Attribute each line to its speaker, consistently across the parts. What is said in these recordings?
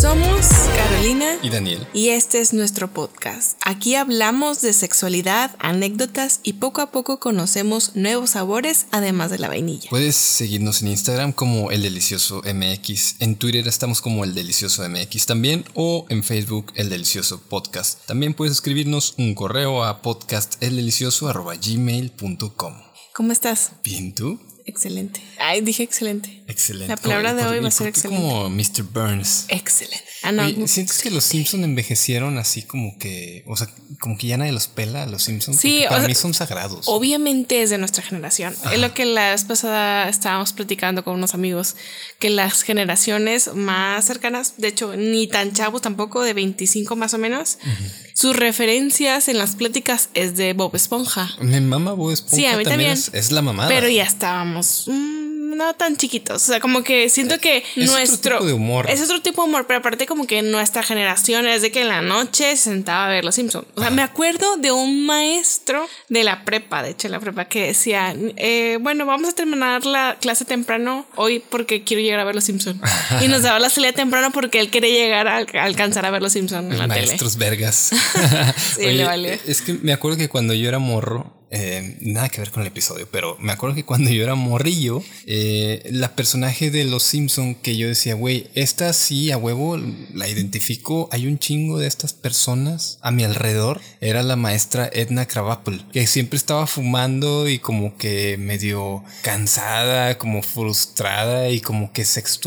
Speaker 1: Somos Carolina
Speaker 2: y Daniel.
Speaker 1: y este es nuestro podcast. Aquí hablamos de sexualidad, anécdotas y poco a poco conocemos nuevos sabores además de la vainilla.
Speaker 2: Puedes seguirnos en Instagram como El Delicioso MX, en Twitter estamos como El Delicioso MX también o en Facebook El Delicioso Podcast. También puedes escribirnos un correo a podcasteldelicioso@gmail.com.
Speaker 1: ¿Cómo estás?
Speaker 2: Bien tú?
Speaker 1: Excelente. Ay, dije excelente.
Speaker 2: Excelente.
Speaker 1: La palabra de
Speaker 2: Por-
Speaker 1: hoy va a
Speaker 2: ¿y
Speaker 1: ser
Speaker 2: por qué
Speaker 1: excelente.
Speaker 2: Como Mr. Burns.
Speaker 1: Excelente. Ah, no.
Speaker 2: Oye, ¿Sientes que los Simpson envejecieron así como que, o sea, como que ya nadie los pela a los Simpsons?
Speaker 1: Sí,
Speaker 2: Porque
Speaker 1: o
Speaker 2: para
Speaker 1: sea,
Speaker 2: mí son sagrados.
Speaker 1: Obviamente es de nuestra generación. Es lo que la vez pasada estábamos platicando con unos amigos, que las generaciones más cercanas, de hecho, ni tan chavos tampoco, de 25 más o menos, sus referencias en las pláticas es de Bob Esponja.
Speaker 2: Me mama Bob Esponja.
Speaker 1: Sí, a mí también.
Speaker 2: Es, es la mamada.
Speaker 1: Pero ya estábamos mm, no tan chiquitos. O sea, como que siento que
Speaker 2: otro
Speaker 1: nuestro.
Speaker 2: tipo de humor.
Speaker 1: Es otro tipo de humor, pero aparte, como que nuestra generación es de que en la noche se sentaba a ver Los Simpsons. O sea, me acuerdo de un maestro de la prepa, de hecho, en la prepa, que decía: eh, Bueno, vamos a terminar la clase temprano hoy porque quiero llegar a ver Los Simpsons. y nos daba la salida temprano porque él quería llegar a a alcanzar a ver Los Simpsons en la tele.
Speaker 2: Maestros vergas.
Speaker 1: Sí, le valió.
Speaker 2: Es que me acuerdo que cuando yo era morro, eh, nada que ver con el episodio, pero me acuerdo que cuando yo era morrillo, eh, la personaje de Los Simpson que yo decía, güey, esta sí a huevo la identifico, hay un chingo de estas personas a mi alrededor, era la maestra Edna Krabappel, que siempre estaba fumando y como que medio cansada, como frustrada y como que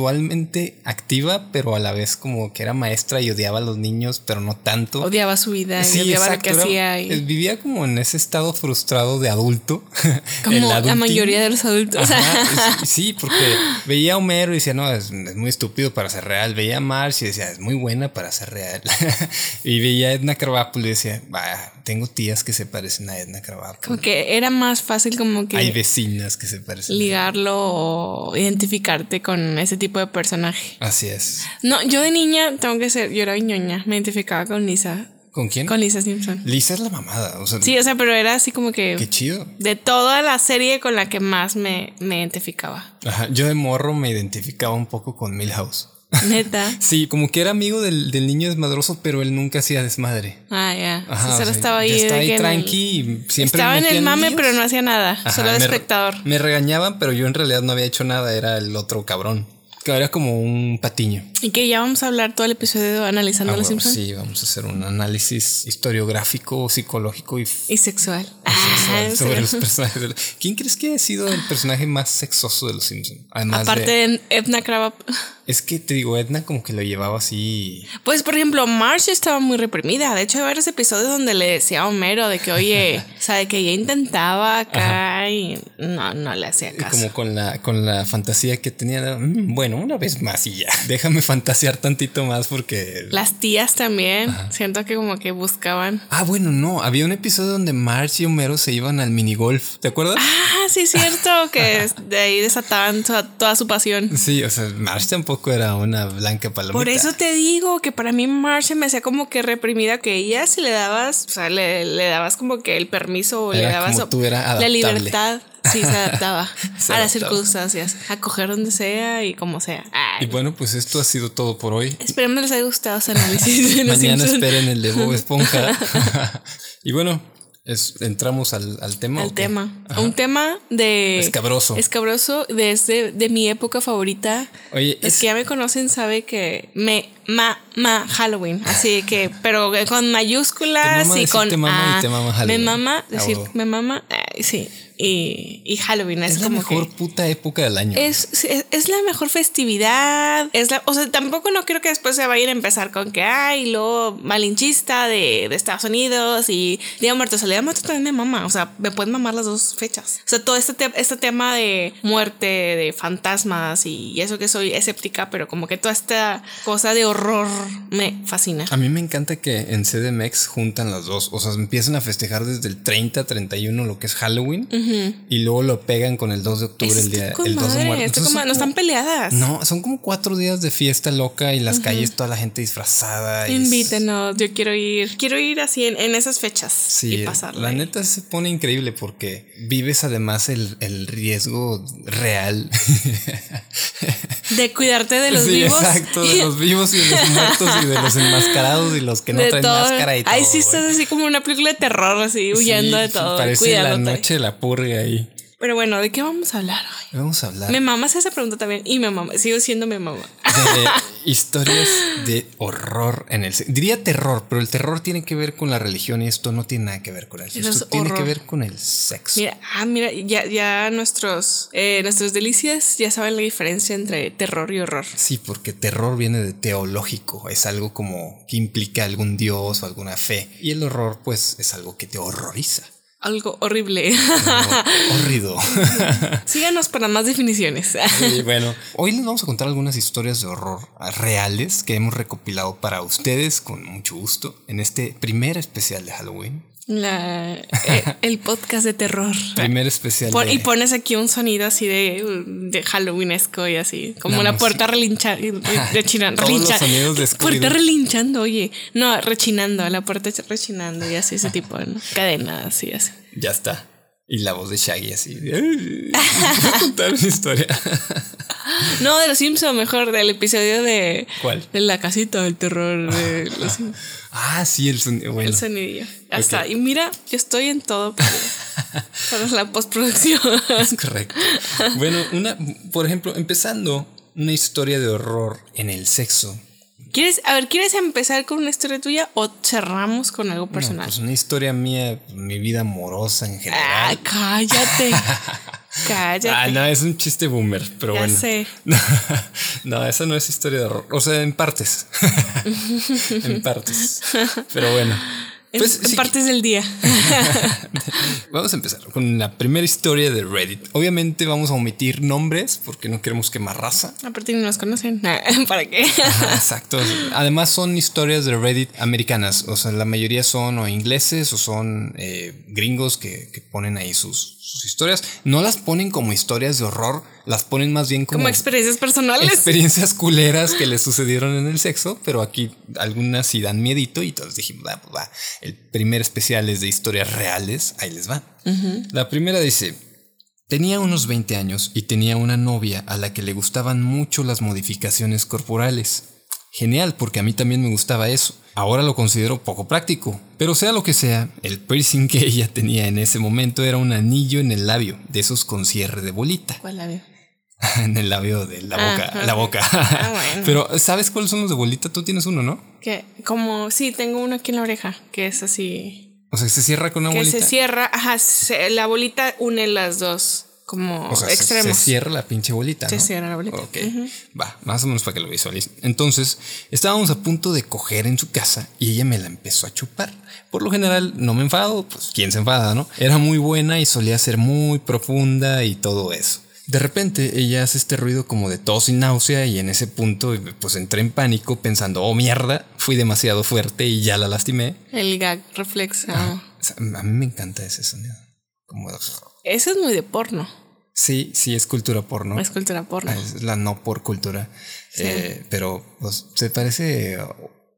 Speaker 2: sexualmente activa, pero a la vez como que era maestra y odiaba a los niños, pero no tanto.
Speaker 1: Odiaba su vida y odiaba
Speaker 2: exacto,
Speaker 1: lo que
Speaker 2: era-
Speaker 1: hacía. y-
Speaker 2: eh, Vivía como en ese estado frustrado de adulto. el
Speaker 1: Como la
Speaker 2: adultín.
Speaker 1: mayoría de los adultos. O sea,
Speaker 2: Ajá, sí, sí, porque veía a Homero y decía, no, es, es muy estúpido para ser real. Veía a Marge y decía, es muy buena para ser real. y veía a Edna Krabappel y decía, "Bah, tengo tías que se parecen a Edna Krabappel.
Speaker 1: Como que era más fácil como
Speaker 2: Hay
Speaker 1: que
Speaker 2: vecinas que se parecen.
Speaker 1: ligarlo o identificarte con ese tipo de personaje.
Speaker 2: Así es.
Speaker 1: No, yo de niña tengo que ser, yo era ñoña, me identificaba con Lisa,
Speaker 2: ¿Con quién?
Speaker 1: con Lisa Simpson.
Speaker 2: Lisa es la mamada. O sea,
Speaker 1: Sí, o sea, pero era así como
Speaker 2: qué
Speaker 1: que
Speaker 2: chido.
Speaker 1: de toda la serie con la que más me, me identificaba.
Speaker 2: Ajá, Yo de morro me identificaba un poco con Milhouse.
Speaker 1: Neta.
Speaker 2: Sí, como que era amigo del, del niño desmadroso, pero él nunca hacía desmadre.
Speaker 1: Ah, ya.
Speaker 2: Ajá,
Speaker 1: o sea,
Speaker 2: o sea,
Speaker 1: estaba ahí.
Speaker 2: ya
Speaker 1: de
Speaker 2: estaba
Speaker 1: que
Speaker 2: ahí
Speaker 1: en-
Speaker 2: tranqui y siempre
Speaker 1: estaba en
Speaker 2: metía
Speaker 1: el mame,
Speaker 2: líos.
Speaker 1: pero no hacía nada,
Speaker 2: Ajá,
Speaker 1: solo de
Speaker 2: me re-
Speaker 1: espectador.
Speaker 2: Me regañaban, pero yo en realidad no había hecho nada, era el otro cabrón. Que era como un patiño.
Speaker 1: Y que ya vamos a hablar todo el episodio analizando
Speaker 2: Ah,
Speaker 1: los
Speaker 2: bueno,
Speaker 1: Simpsons.
Speaker 2: sí, vamos a hacer un análisis historiográfico, psicológico y f-
Speaker 1: Y sexual.
Speaker 2: sexual
Speaker 1: Ah,
Speaker 2: sobre
Speaker 1: sí.
Speaker 2: los personajes. de los- ¿Quién crees que ha sido el personaje más sexoso de los Simpsons? Además
Speaker 1: Aparte
Speaker 2: de,
Speaker 1: de Edna Krabappel.
Speaker 2: es que te digo, Edna como que lo llevaba así.
Speaker 1: Pues, por ejemplo, Marge estaba muy reprimida. De hecho, hay varios episodios donde le decía a Homero de que, oye, o sea, de que ella intentaba acá y no, no le hacía caso.
Speaker 2: Como con la, con la fantasía que tenía. de, "Mm, bueno, una vez más y ya. Déjame fantasear tantito más porque.
Speaker 1: Las tías también, siento que como que buscaban.
Speaker 2: Ah, bueno, no. Había un episodio donde Marge y Homero se iban al minigolf. ¿Te acuerdas?
Speaker 1: Ah, sí, cierto, que es- de ahí desataban toda, toda su pasión.
Speaker 2: Sí, o sea, Marge tampoco era una blanca palomita.
Speaker 1: Por eso te digo que para mí Marge me hacía como que reprimida que ella si le dabas, o sea, le, le dabas como que el permiso o le
Speaker 2: Era
Speaker 1: dabas
Speaker 2: como
Speaker 1: o-
Speaker 2: tú, era
Speaker 1: la
Speaker 2: adaptable.
Speaker 1: libertad. Sí, se adaptaba
Speaker 2: Se
Speaker 1: a
Speaker 2: adaptaba.
Speaker 1: las circunstancias, a coger donde sea y como sea. Ay,
Speaker 2: Y bueno, pues esto ha sido todo por hoy.
Speaker 1: Esperemos les haya gustado ese análisis de los
Speaker 2: Mañana
Speaker 1: Simpsons.
Speaker 2: esperen el de Bob Esponja. y bueno, es- entramos al, al tema.
Speaker 1: Al
Speaker 2: ¿o qué?
Speaker 1: tema.
Speaker 2: Ajá.
Speaker 1: Un tema de...
Speaker 2: Escabroso.
Speaker 1: Escabroso desde de mi época favorita.
Speaker 2: Oye,
Speaker 1: Los
Speaker 2: es-
Speaker 1: que ya me conocen sabe que me ma ma Halloween, así que pero con mayúsculas
Speaker 2: Te mama
Speaker 1: y
Speaker 2: decir
Speaker 1: con
Speaker 2: te mama y
Speaker 1: ah,
Speaker 2: te mama Halloween.
Speaker 1: me mama
Speaker 2: A
Speaker 1: decir
Speaker 2: huevo.
Speaker 1: me mama, ay, sí. y, y Halloween. Es,
Speaker 2: Es la
Speaker 1: como
Speaker 2: mejor
Speaker 1: que
Speaker 2: puta época del año.
Speaker 1: es, es- es la mejor festividad. Es la, o sea, tampoco no creo que después se vayan a empezar con que hay lo malinchista de, de Estados Unidos y Día de Muertos. El Día de Muertos también me mama. O sea, me pueden mamar las dos fechas. O sea, todo este, te- este tema de muerte, de fantasmas y, y eso que soy escéptica, pero como que toda esta cosa de horror me fascina.
Speaker 2: A mí me encanta que en CDMX juntan las dos. O sea, empiezan a festejar desde el 30, 31, lo que es Halloween. Y luego lo pegan con el 2 de octubre,
Speaker 1: Eso
Speaker 2: el
Speaker 1: está
Speaker 2: día
Speaker 1: con
Speaker 2: el 2 de
Speaker 1: madre,
Speaker 2: muerte.
Speaker 1: está
Speaker 2: Entonces
Speaker 1: con
Speaker 2: son
Speaker 1: madre. no están
Speaker 2: como-
Speaker 1: peleadas.
Speaker 2: No, son como cuatro días de fiesta loca y las calles, toda la gente disfrazada. y es-
Speaker 1: Invítenos, yo quiero ir. Quiero ir así en, en esas fechas
Speaker 2: Sí,
Speaker 1: y pasarla.
Speaker 2: la
Speaker 1: ahí.
Speaker 2: neta se pone increíble porque vives además el, el riesgo real
Speaker 1: De cuidarte de los
Speaker 2: sí,
Speaker 1: vivos.
Speaker 2: Exacto, de los vivos y de los muertos y de los enmascarados y los que no
Speaker 1: de
Speaker 2: traen
Speaker 1: todo.
Speaker 2: máscara y todo.
Speaker 1: Ahí sí
Speaker 2: güey.
Speaker 1: estás así como una película de terror, así huyendo
Speaker 2: Sí,
Speaker 1: de todo,
Speaker 2: Parece
Speaker 1: cuidándote.
Speaker 2: la noche de la purga ahí.
Speaker 1: Pero bueno, ¿de qué vamos a hablar hoy?
Speaker 2: Vamos a hablar
Speaker 1: Me mamas esa pregunta también y me mama, sigo siendo mi mamá.
Speaker 2: de historias de horror en el ce- diría terror, pero el terror tiene que ver con la religión y esto no tiene nada que ver con eso.
Speaker 1: Eso
Speaker 2: Esto
Speaker 1: es
Speaker 2: tiene que
Speaker 1: horror.
Speaker 2: ver con el sexo.
Speaker 1: Mira, ah, mira, ya, ya nuestros, eh, nuestros delicias ya saben la diferencia entre terror y horror.
Speaker 2: Sí, porque terror viene de teológico, es algo como que implica algún dios o alguna fe. Y el horror, pues, es algo que te horroriza.
Speaker 1: Algo horrible.
Speaker 2: Horrido.
Speaker 1: Síganos para más definiciones.
Speaker 2: Y bueno, hoy les vamos a contar algunas historias de horror reales que hemos recopilado para ustedes con mucho gusto en este primer especial de Halloween.
Speaker 1: La- eh, el podcast de terror.
Speaker 2: Primer especial
Speaker 1: Pon-
Speaker 2: de-
Speaker 1: y pones aquí un sonido así de, de Halloweenesco y así, como
Speaker 2: La
Speaker 1: una
Speaker 2: música.
Speaker 1: puerta relincha, rechina-
Speaker 2: Todos los
Speaker 1: relincha-
Speaker 2: sonidos de Scooby-Doo.
Speaker 1: puerta relinchando, oye, no, rechinando, la puerta rechinando y así, ese tipo de cadena, así, así.
Speaker 2: Ya está. Y la voz de Shaggy así. de, "Ay, Voy a contar una historia.
Speaker 1: No, de los Simpsons, mejor, del episodio de,
Speaker 2: ¿Cuál?
Speaker 1: de la casita del terror de los Simpsons,
Speaker 2: Ah, sí, el sonido. Bueno,
Speaker 1: el sonidillo. Hasta, y mira, yo estoy en todo para, para la postproducción.
Speaker 2: es correcto. Bueno, una, por ejemplo, empezando una historia de horror en el sexo.
Speaker 1: ¿Quieres, a ver, ¿quieres empezar con una historia tuya o cerramos con algo
Speaker 2: No,
Speaker 1: personal?
Speaker 2: pues una historia mía, mi vida amorosa en
Speaker 1: Ah,
Speaker 2: general.
Speaker 1: cállate. cállate.
Speaker 2: Ah, no, es un chiste boomer, pero
Speaker 1: Ya
Speaker 2: bueno.
Speaker 1: sé.
Speaker 2: No, esa no es historia de horror. O sea, en partes. en partes. Pero bueno.
Speaker 1: En-
Speaker 2: Pues,
Speaker 1: en
Speaker 2: si-
Speaker 1: partes del día.
Speaker 2: Vamos a empezar con la primera historia de Reddit. Obviamente vamos a omitir nombres porque no queremos quemar raza.
Speaker 1: Aparte ni nos conocen.
Speaker 2: Ah,
Speaker 1: Nah, ¿Para qué?
Speaker 2: Exacto. Además son historias de Reddit americanas. O sea, la mayoría son o ingleses o son eh, gringos que, que ponen ahí sus, sus historias. No las ponen como historias de horror, las ponen más bien como,
Speaker 1: Como experiencias personales.
Speaker 2: experiencias culeras que les sucedieron en el sexo. Pero aquí algunas sí dan miedito y entonces dijimos, "Ah, pues va, el primer especial es de historias reales, ahí les va. La primera dice... Tenía unos 20 años y tenía una novia a la que le gustaban mucho las modificaciones corporales. Genial, porque a mí también me gustaba eso. Ahora lo considero poco práctico, pero sea lo que sea, el piercing que ella tenía en ese momento era un anillo en el labio, de esos con cierre de bolita,
Speaker 1: ¿Cuál la veo?
Speaker 2: en el labio de la boca,
Speaker 1: Ajá.
Speaker 2: la boca.
Speaker 1: Ah, bueno.
Speaker 2: Pero ¿sabes cuáles son los de bolita? Tú tienes uno, ¿no?
Speaker 1: Que como sí, tengo uno aquí en la oreja, que es así.
Speaker 2: O sea, se cierra con una
Speaker 1: Que
Speaker 2: bolita.
Speaker 1: se cierra, ajá, se- la bolita une las dos como
Speaker 2: O sea, se-
Speaker 1: extremos.
Speaker 2: Se, cierra la pinche bolita.
Speaker 1: Se
Speaker 2: ¿no?
Speaker 1: cierra la bolita.
Speaker 2: Ok. Va, más o menos para que lo visualicen. Entonces, estábamos a punto de coger en su casa y ella me la empezó a chupar. Por lo general, no me enfado, pues quién se enfada, ¿no? Era muy buena y solía ser muy profunda y todo eso. De repente ella hace este ruido como de tos y náusea y en ese punto pues entré en pánico pensando, oh mierda, fui demasiado fuerte y ya la lastimé.
Speaker 1: El gag reflexa.
Speaker 2: O sea, a mí me encanta ese sonido. Como...
Speaker 1: Eso es muy de porno.
Speaker 2: Sí, sí, es cultura porno.
Speaker 1: Es cultura porno.
Speaker 2: Ah, Es la no por cultura. Eh, pero, pues, ¿te parece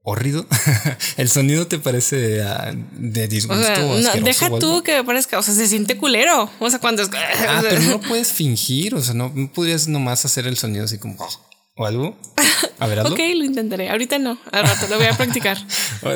Speaker 2: horrido? ¿El sonido te parece ah, de
Speaker 1: O
Speaker 2: disgusto?
Speaker 1: sea,
Speaker 2: o
Speaker 1: no,
Speaker 2: asqueroso o
Speaker 1: deja
Speaker 2: algo?
Speaker 1: tú que me parezca, o sea, se siente culero. O sea, cuando es.
Speaker 2: Ah, pero no lo puedes fingir, o sea, no no podrías nomás hacer el sonido así como... "Oh", ¿O algo? A ver, hazlo.
Speaker 1: Ok, lo intentaré. Ahorita no, al rato lo voy a practicar.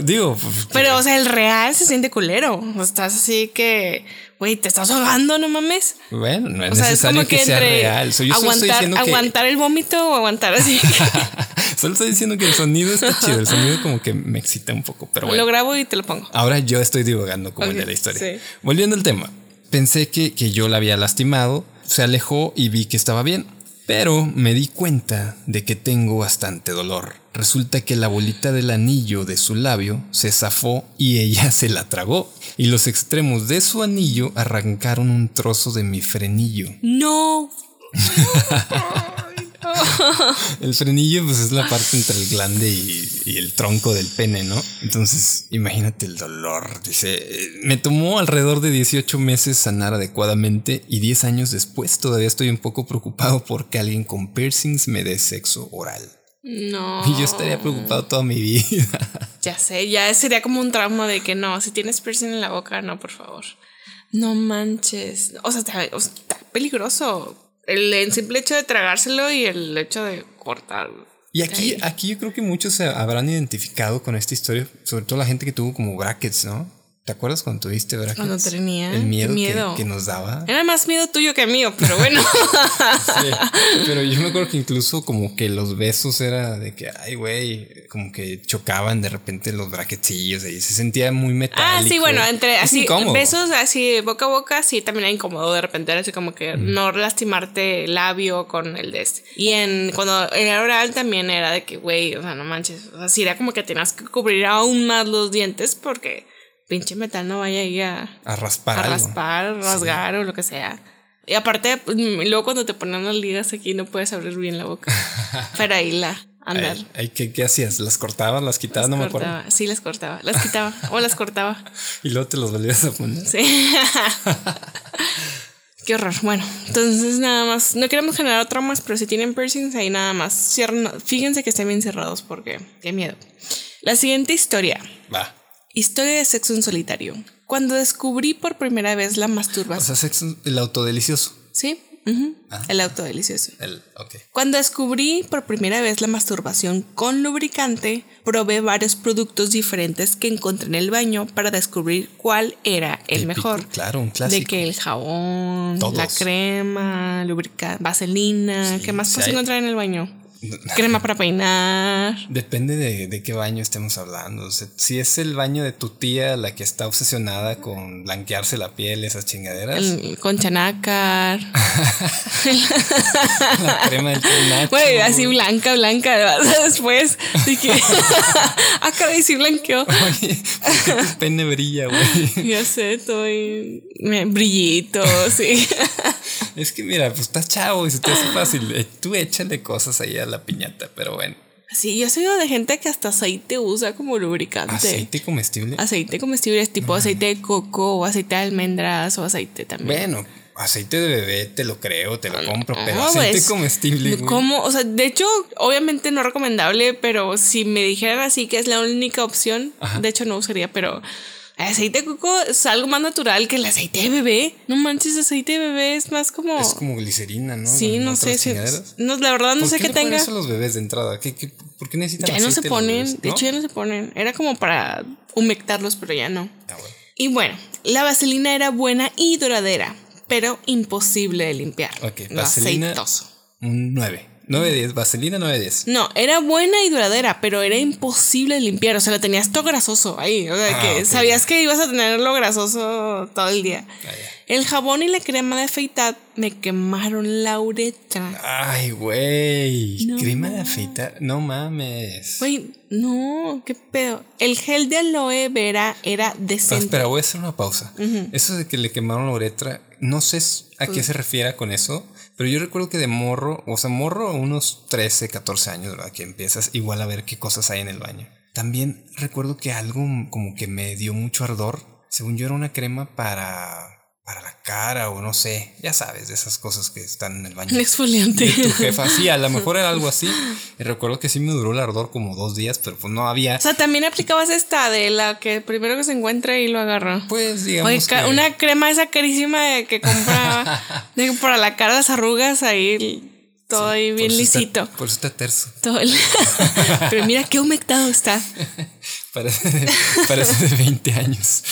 Speaker 2: Digo, pues,
Speaker 1: Pero, o sea, el real se siente culero. O sea, estás así que, güey, te estás ahogando, no mames.
Speaker 2: bueno, no es
Speaker 1: O sea, es
Speaker 2: necesario
Speaker 1: como
Speaker 2: que,
Speaker 1: que
Speaker 2: sea
Speaker 1: entre
Speaker 2: real. O sea, yo solo estoy
Speaker 1: aguantar,
Speaker 2: diciendo que...
Speaker 1: aguantar el vómito o aguantar así. que
Speaker 2: solo estoy diciendo que el sonido está chido. El sonido como que me excita un poco, pero bueno.
Speaker 1: Lo grabo y te lo pongo.
Speaker 2: Ahora yo estoy divagando como el
Speaker 1: Ok,
Speaker 2: de la historia.
Speaker 1: sí.
Speaker 2: Volviendo al tema. Pensé que, que yo la había lastimado, se alejó y vi que estaba bien. Pero me di cuenta de que tengo bastante dolor. Resulta que la bolita del anillo de su labio se zafó y ella se la tragó. Y los extremos de su anillo arrancaron un trozo de mi frenillo.
Speaker 1: No.
Speaker 2: El frenillo pues es la parte entre el glande y, y el tronco del pene, ¿no? Entonces, imagínate el dolor. Dice, eh, me tomó alrededor de 18 meses sanar adecuadamente y 10 años después todavía estoy un poco preocupado porque alguien con piercings me dé sexo oral.
Speaker 1: No.
Speaker 2: Y yo estaría
Speaker 1: Oh.
Speaker 2: preocupado toda mi vida.
Speaker 1: Ya sé, ya sería como un trauma de que no, si tienes piercing en la boca, no, por favor. No manches. O sea, está, o sea, está peligroso. El, el simple hecho de tragárselo y el hecho de cortarlo.
Speaker 2: Y aquí, aquí yo creo que muchos se habrán identificado con esta historia, sobre todo la gente que tuvo como brackets, ¿no? ¿Te acuerdas cuando tuviste brackets?
Speaker 1: Cuando tenía
Speaker 2: El miedo, que-
Speaker 1: miedo.
Speaker 2: Que, nos daba.
Speaker 1: Era más miedo tuyo que mío, pero bueno.
Speaker 2: Sí, pero yo me acuerdo que incluso como que los besos era de que, ay, güey, como que chocaban de repente los braquetillos y se sentía muy
Speaker 1: ah,
Speaker 2: metálico.
Speaker 1: sí, bueno, entre
Speaker 2: Es
Speaker 1: así
Speaker 2: incómodo.
Speaker 1: besos así boca a boca, sí también era incómodo de repente, era así como que no lastimarte el labio con el de este. Y en cuando era oral también era de que, güey, o sea, no manches, o sea, sí era como que tenías que cubrir aún más los dientes porque pinche metal no vaya ahí a
Speaker 2: A raspar.
Speaker 1: a
Speaker 2: algo.
Speaker 1: raspar, rasgar o lo que sea. Y aparte, pues, mm, luego cuando te ponen las ligas aquí no puedes abrir bien la boca para irla a andar.
Speaker 2: Ay, ay, ¿qué, qué hacías? ¿Las cortabas? ¿Las quitabas?
Speaker 1: Las
Speaker 2: Ah, no me acuerdo.
Speaker 1: cortaba. Sí, las cortaba, las quitaba o las cortaba.
Speaker 2: Y luego te los volvías a poner.
Speaker 1: Sí. Qué horror. Bueno, entonces nada más. No queremos generar traumas, pero si tienen piercings ahí nada más. Cierren- fíjense que estén bien cerrados porque qué miedo. La siguiente historia.
Speaker 2: Va.
Speaker 1: Historia de sexo en solitario. Cuando descubrí por primera vez la masturbación.
Speaker 2: O sea, sexo, el autodelicioso.
Speaker 1: sí, ujú,
Speaker 2: ah.
Speaker 1: el auto delicioso.
Speaker 2: El, ok.
Speaker 1: Cuando descubrí por primera vez la masturbación con lubricante, probé varios productos diferentes que encontré en el baño para descubrir cuál era el,
Speaker 2: El
Speaker 1: mejor.
Speaker 2: pico, claro, un clásico.
Speaker 1: De que el jabón, la
Speaker 2: Todos.
Speaker 1: crema, lubricante, vaselina,
Speaker 2: Sí,
Speaker 1: ¿qué más
Speaker 2: sí
Speaker 1: puedes
Speaker 2: hay.
Speaker 1: encontrar en el baño? Crema para peinar.
Speaker 2: Depende de, de qué baño estemos hablando. O sea, si es el baño de tu tía, la que está obsesionada con blanquearse la piel, esas chingaderas,
Speaker 1: el- con chanacar.
Speaker 2: la crema del té nacho.
Speaker 1: Güey, así blanca, blanca. Después dije, acá de decir blanqueó.
Speaker 2: Oye, ¿por qué tu pene brilla, güey?
Speaker 1: Ya sé, estoy me- brillito, sí.
Speaker 2: Es que mira, pues estás chavo y se te hace fácil. Eh, Tú échale cosas ahí a la piñata, pero bueno.
Speaker 1: Sí, yo soy de gente que hasta aceite usa como lubricante. Aceite,
Speaker 2: ¿Aceite Ah. comestible?
Speaker 1: comestible es tipo aceite de coco o aceite de almendras o aceite también.
Speaker 2: Bueno, aceite de bebé, te lo creo, te lo compro, pero
Speaker 1: Ah, No,
Speaker 2: aceite
Speaker 1: pues,
Speaker 2: comestible, güey.
Speaker 1: ¿Cómo? O sea, de hecho, obviamente no recomendable, pero si me dijeran así que es la única opción, de hecho no usaría, pero aceite de coco es algo más natural que el aceite de bebé. No manches, aceite de bebé es más como...
Speaker 2: Es como glicerina, ¿no?
Speaker 1: sí,
Speaker 2: Con
Speaker 1: no
Speaker 2: otras
Speaker 1: sé, se-
Speaker 2: chingaderas.
Speaker 1: no, la verdad no
Speaker 2: ¿Por
Speaker 1: sé
Speaker 2: qué
Speaker 1: qué
Speaker 2: le ponen
Speaker 1: tenga.
Speaker 2: eso a los bebés de entrada? ¿Qué, qué- por qué necesitan
Speaker 1: Ya no se
Speaker 2: aceite los
Speaker 1: ponen,
Speaker 2: bebés?
Speaker 1: de
Speaker 2: ¿No?
Speaker 1: hecho ya no se ponen. Era como para humectarlos, pero ya no.
Speaker 2: Ah, bueno.
Speaker 1: Y bueno, la vaselina era buena y duradera, pero imposible de limpiar.
Speaker 2: Ok,
Speaker 1: Lo
Speaker 2: vaselina.
Speaker 1: aceitoso.
Speaker 2: Un 9. 9 10. Vaselina 9 10.
Speaker 1: No, era buena y duradera, pero era imposible de limpiar. O sea, lo tenías todo grasoso ahí. O sea,
Speaker 2: Ah,
Speaker 1: que
Speaker 2: ok.
Speaker 1: sabías que ibas a tenerlo grasoso todo el día.
Speaker 2: Ah,
Speaker 1: El jabón y la crema de afeitar me quemaron la uretra.
Speaker 2: Ay, güey.
Speaker 1: No
Speaker 2: Crema de afeitar. No mames. Ah,
Speaker 1: Güey, no, qué pedo. El gel de aloe vera era
Speaker 2: Pero
Speaker 1: decente.
Speaker 2: espera, voy a hacer una pausa. Eso de que le quemaron la uretra, no sé s- a qué se refiera con eso, pero yo recuerdo que de morro, o sea, morro unos 13, 14 años, ¿verdad? Que empiezas igual a ver qué cosas hay en el baño. También recuerdo que algo m- como que me dio mucho ardor, según yo era una crema para, para la cara o no sé, ya sabes, de esas cosas que están en el baño.
Speaker 1: El exfoliante.
Speaker 2: de tu jefa. Sí, a lo mejor era algo así. Y recuerdo que sí me duró el ardor como dos días, pero pues no había.
Speaker 1: O sea, también aplicabas esta de la que primero que se encuentra y lo agarra.
Speaker 2: Pues digamos.
Speaker 1: Oye, ca-
Speaker 2: que-
Speaker 1: una crema esa carísima de que compraba de que para la cara, las arrugas ahí, todo ahí
Speaker 2: por
Speaker 1: bien
Speaker 2: eso está-
Speaker 1: lisito.
Speaker 2: por eso está terso.
Speaker 1: Todo el- Pero mira qué humectado está.
Speaker 2: Parece de, parece de 20 años.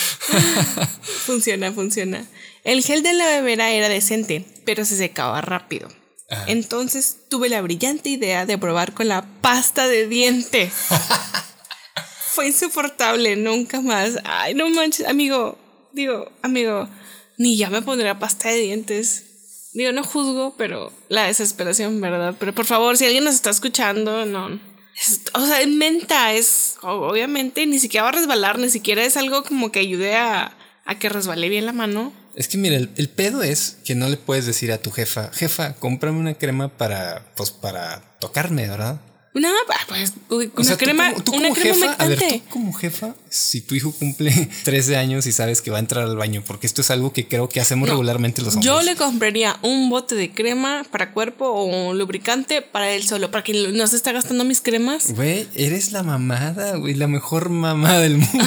Speaker 1: Funciona, funciona. El gel de la bebera era decente, pero se secaba rápido.
Speaker 2: Ajá.
Speaker 1: Entonces tuve la brillante idea de probar con la pasta de dientes. Fue insoportable, nunca más. Ay, no manches, amigo. Digo, amigo, ni ya me pondría pasta de dientes. Digo, no juzgo, pero la desesperación, ¿verdad? Pero por favor, si alguien nos está escuchando, no. Es, o sea, es menta, es obviamente ni siquiera va a resbalar, ni siquiera es algo como que ayude a, a que resbale bien la mano.
Speaker 2: Es que mira, el, el, pedo es que no le puedes decir a tu jefa, jefa, cómprame una crema para, pues, para tocarme, ¿verdad?
Speaker 1: Una, pues, una o sea, crema, tú como, tú una como crema
Speaker 2: jefa, a ver, tú como jefa, si tu hijo cumple 13 años y sabes que va a entrar al baño, porque esto es algo que creo que hacemos no, regularmente los hombres.
Speaker 1: Yo le compraría un bote de crema para cuerpo o un lubricante para él solo, para que no se está gastando mis cremas.
Speaker 2: Güey, eres la mamada, güey, la mejor mamá del mundo.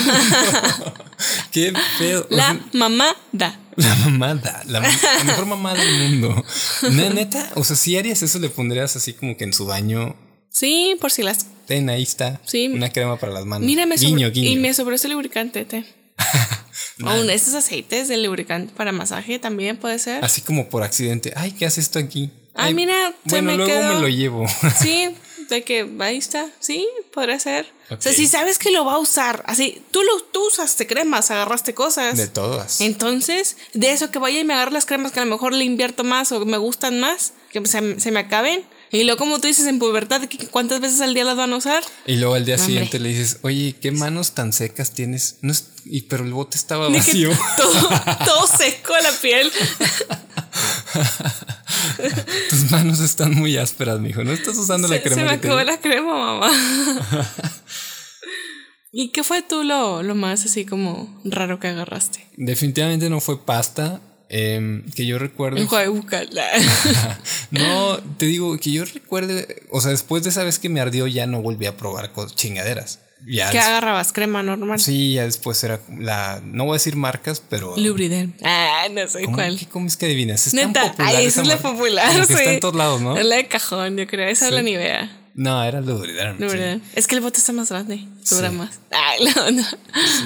Speaker 2: Qué pedo.
Speaker 1: La mamada.
Speaker 2: La mamada, la, la mejor mamá del mundo. ¿No, neta, o sea, si harías eso, le pondrías así como que en su baño
Speaker 1: Sí, por si las.
Speaker 2: Ten, ahí está. Sí. Una crema para las manos.
Speaker 1: Mírame guiño, guiño. Y me sobró ese lubricante, te. Aún estos aceites de lubricante para masaje también puede ser.
Speaker 2: Así como por accidente. Ay, ¿qué hace esto aquí?
Speaker 1: Ah,
Speaker 2: Ay,
Speaker 1: mira,
Speaker 2: bueno, me luego quedó. me lo llevo.
Speaker 1: sí, de que ahí está. Sí, podría ser. Okay. O sea, si sabes que lo va a usar, así, tú lo tú usaste cremas, agarraste cosas.
Speaker 2: De todas.
Speaker 1: Entonces, de eso que vaya y me agarre las cremas que a lo mejor le invierto más o me gustan más, que se, se me acaben. Y luego, como tú dices, en pubertad, ¿cuántas veces al día las van a usar?
Speaker 2: Y luego al día Hombre. siguiente le dices, oye, qué manos tan secas tienes. No es, y, pero el bote estaba vacío.
Speaker 1: Todo, todo, seco la piel.
Speaker 2: Tus manos están muy ásperas, mijo. No estás usando
Speaker 1: se,
Speaker 2: la crema.
Speaker 1: Se me acabó la crema, mamá. ¿Y qué fue tú lo, lo más así como raro que agarraste?
Speaker 2: Definitivamente no fue pasta. Eh, que yo recuerdo.
Speaker 1: Enjuague bucal.
Speaker 2: no, te digo que yo recuerde. O sea, después de esa vez que me ardió, ya no volví a probar chingaderas. Ya
Speaker 1: ¿Qué agarrabas? ¿Crema normal?
Speaker 2: Sí, ya después era la. No voy a decir marcas, pero.
Speaker 1: Lubriden. Ah, no sé
Speaker 2: ¿cómo,
Speaker 1: cuál.
Speaker 2: ¿Qué comes que adivinas?
Speaker 1: Es Neta, tan popular. Ay, esa es la popular. Como
Speaker 2: que
Speaker 1: sí.
Speaker 2: está en todos lados, ¿no?
Speaker 1: Es la de cajón, yo creo. Esa sí. es la Nivea.
Speaker 2: No, era Lubriderm.
Speaker 1: Lubriderm. Sí. Es que el bote está más grande, dura sí. más. Ay, no, no.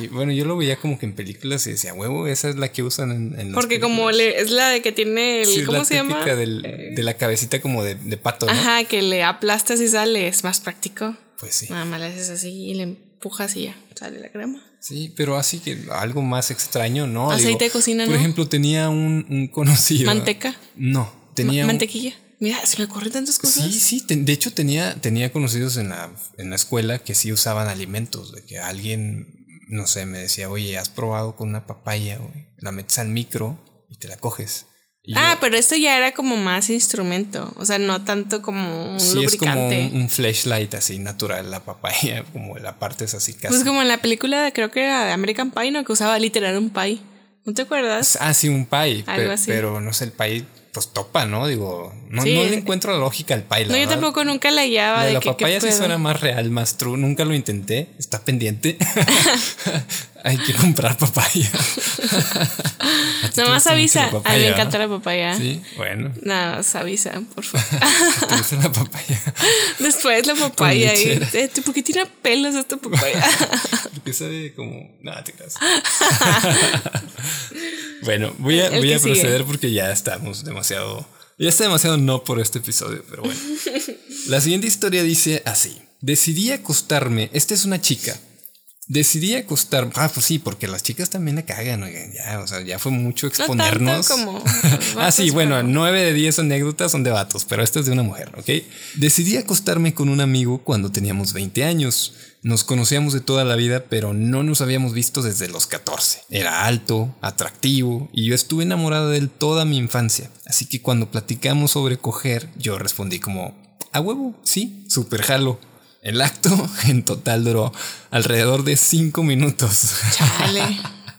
Speaker 2: Sí, bueno, yo lo veía como que en películas y decía, huevo, esa es la que usan en, en
Speaker 1: Porque películas. como le, es la de que tiene el, sí, ¿cómo se llama? Eh,
Speaker 2: Del, de la cabecita como de, de pato, ¿no?
Speaker 1: Ajá, que le aplastas y sale, es más práctico.
Speaker 2: Pues sí.
Speaker 1: Nada más le haces así y le empujas y ya sale la crema.
Speaker 2: Sí, pero así que algo más extraño, ¿no?
Speaker 1: Aceite Digo, de cocina,
Speaker 2: Por
Speaker 1: ¿no?
Speaker 2: ejemplo, tenía un, un, conocido.
Speaker 1: ¿Manteca?
Speaker 2: No, tenía.
Speaker 1: Ma mantequilla. Un, Mira, se me ocurren tantas cosas.
Speaker 2: Sí, sí. de hecho, tenía, tenía conocidos en la, en la escuela que sí usaban alimentos. De que alguien, no sé, me decía, oye, has probado con una papaya, güey? La metes al micro y te la coges. Y
Speaker 1: ah, yo, pero esto ya era como más instrumento. O sea, no tanto como un sí,
Speaker 2: lubricante. es como un, un, flashlight así natural, la papaya, como la parte es así casi.
Speaker 1: Pues como en la película, creo que era de American Pie, ¿no? Que usaba literal un pie. ¿No te acuerdas?
Speaker 2: Ah, sí, un pie. Algo pe así. Pero no sé, el pie pues topa, ¿no? Digo, no, sí. no le encuentro la lógica al paila.
Speaker 1: No,
Speaker 2: ¿verdad?
Speaker 1: yo tampoco nunca la hallaba. De, de
Speaker 2: la papaya sí suena más real, más true. Nunca lo intenté. Está pendiente. Hay que comprar papaya.
Speaker 1: Nomás avisa. Papaya, a mí me encanta la papaya.
Speaker 2: Sí, bueno.
Speaker 1: Nada, no, avisa, por favor.
Speaker 2: ¿Te gusta la papaya?
Speaker 1: Después la papaya. Y, eh, ¿Por qué tiene pelos esta papaya?
Speaker 2: Porque sabe como. Nada, te casas. Bueno, voy a, voy a proceder sigue. porque ya estamos demasiado. Ya está demasiado no por este episodio, pero bueno. La siguiente historia dice así: Decidí acostarme. Esta es una chica. Decidí acostarme. Ah, pues sí, porque las chicas también la cagan, oigan, ya, o sea, ya fue mucho exponernos.
Speaker 1: No como
Speaker 2: ah, sí, bueno, nueve de diez anécdotas son de vatos, pero esta es de una mujer, ¿ok? Decidí acostarme con un amigo cuando teníamos 20 años. Nos conocíamos de toda la vida, pero no nos habíamos visto desde los 14. Era alto, atractivo, y yo estuve enamorada de él toda mi infancia. Así que cuando platicamos sobre coger, yo respondí como, a huevo, sí, super jalo. El acto en total duró alrededor de cinco minutos.
Speaker 1: Chale.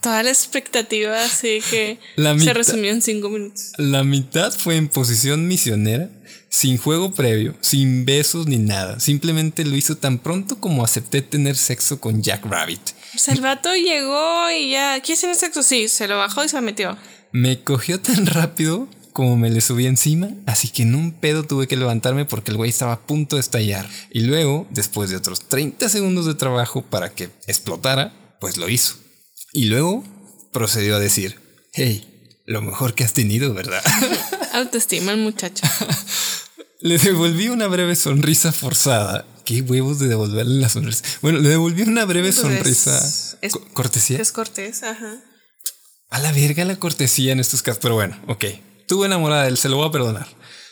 Speaker 1: Toda la expectativa, así que la mitad, se resumió en cinco minutos.
Speaker 2: La mitad fue en posición misionera, sin juego previo, sin besos ni nada. Simplemente lo hizo tan pronto como acepté tener sexo con Jack Rabbit.
Speaker 1: O sea, el vato llegó y ya. ¿Quieres tener sexo? Sí, se lo bajó y se lo metió.
Speaker 2: Me cogió tan rápido como me le subí encima, así que en un pedo tuve que levantarme porque el güey estaba a punto de estallar. Y luego, después de otros 30 segundos de trabajo para que explotara, pues lo hizo. Y luego procedió a decir, hey, lo mejor que has tenido, ¿verdad?
Speaker 1: Autoestima el muchacho.
Speaker 2: le devolví una breve sonrisa forzada. Qué huevos de devolverle la sonrisa. Bueno, le devolví una breve Entonces, sonrisa.
Speaker 1: Es,
Speaker 2: cortesía.
Speaker 1: Es cortés, ajá.
Speaker 2: A la verga la cortesía en estos casos. Pero bueno, ok. Tuve enamorada de él, se lo voy a perdonar.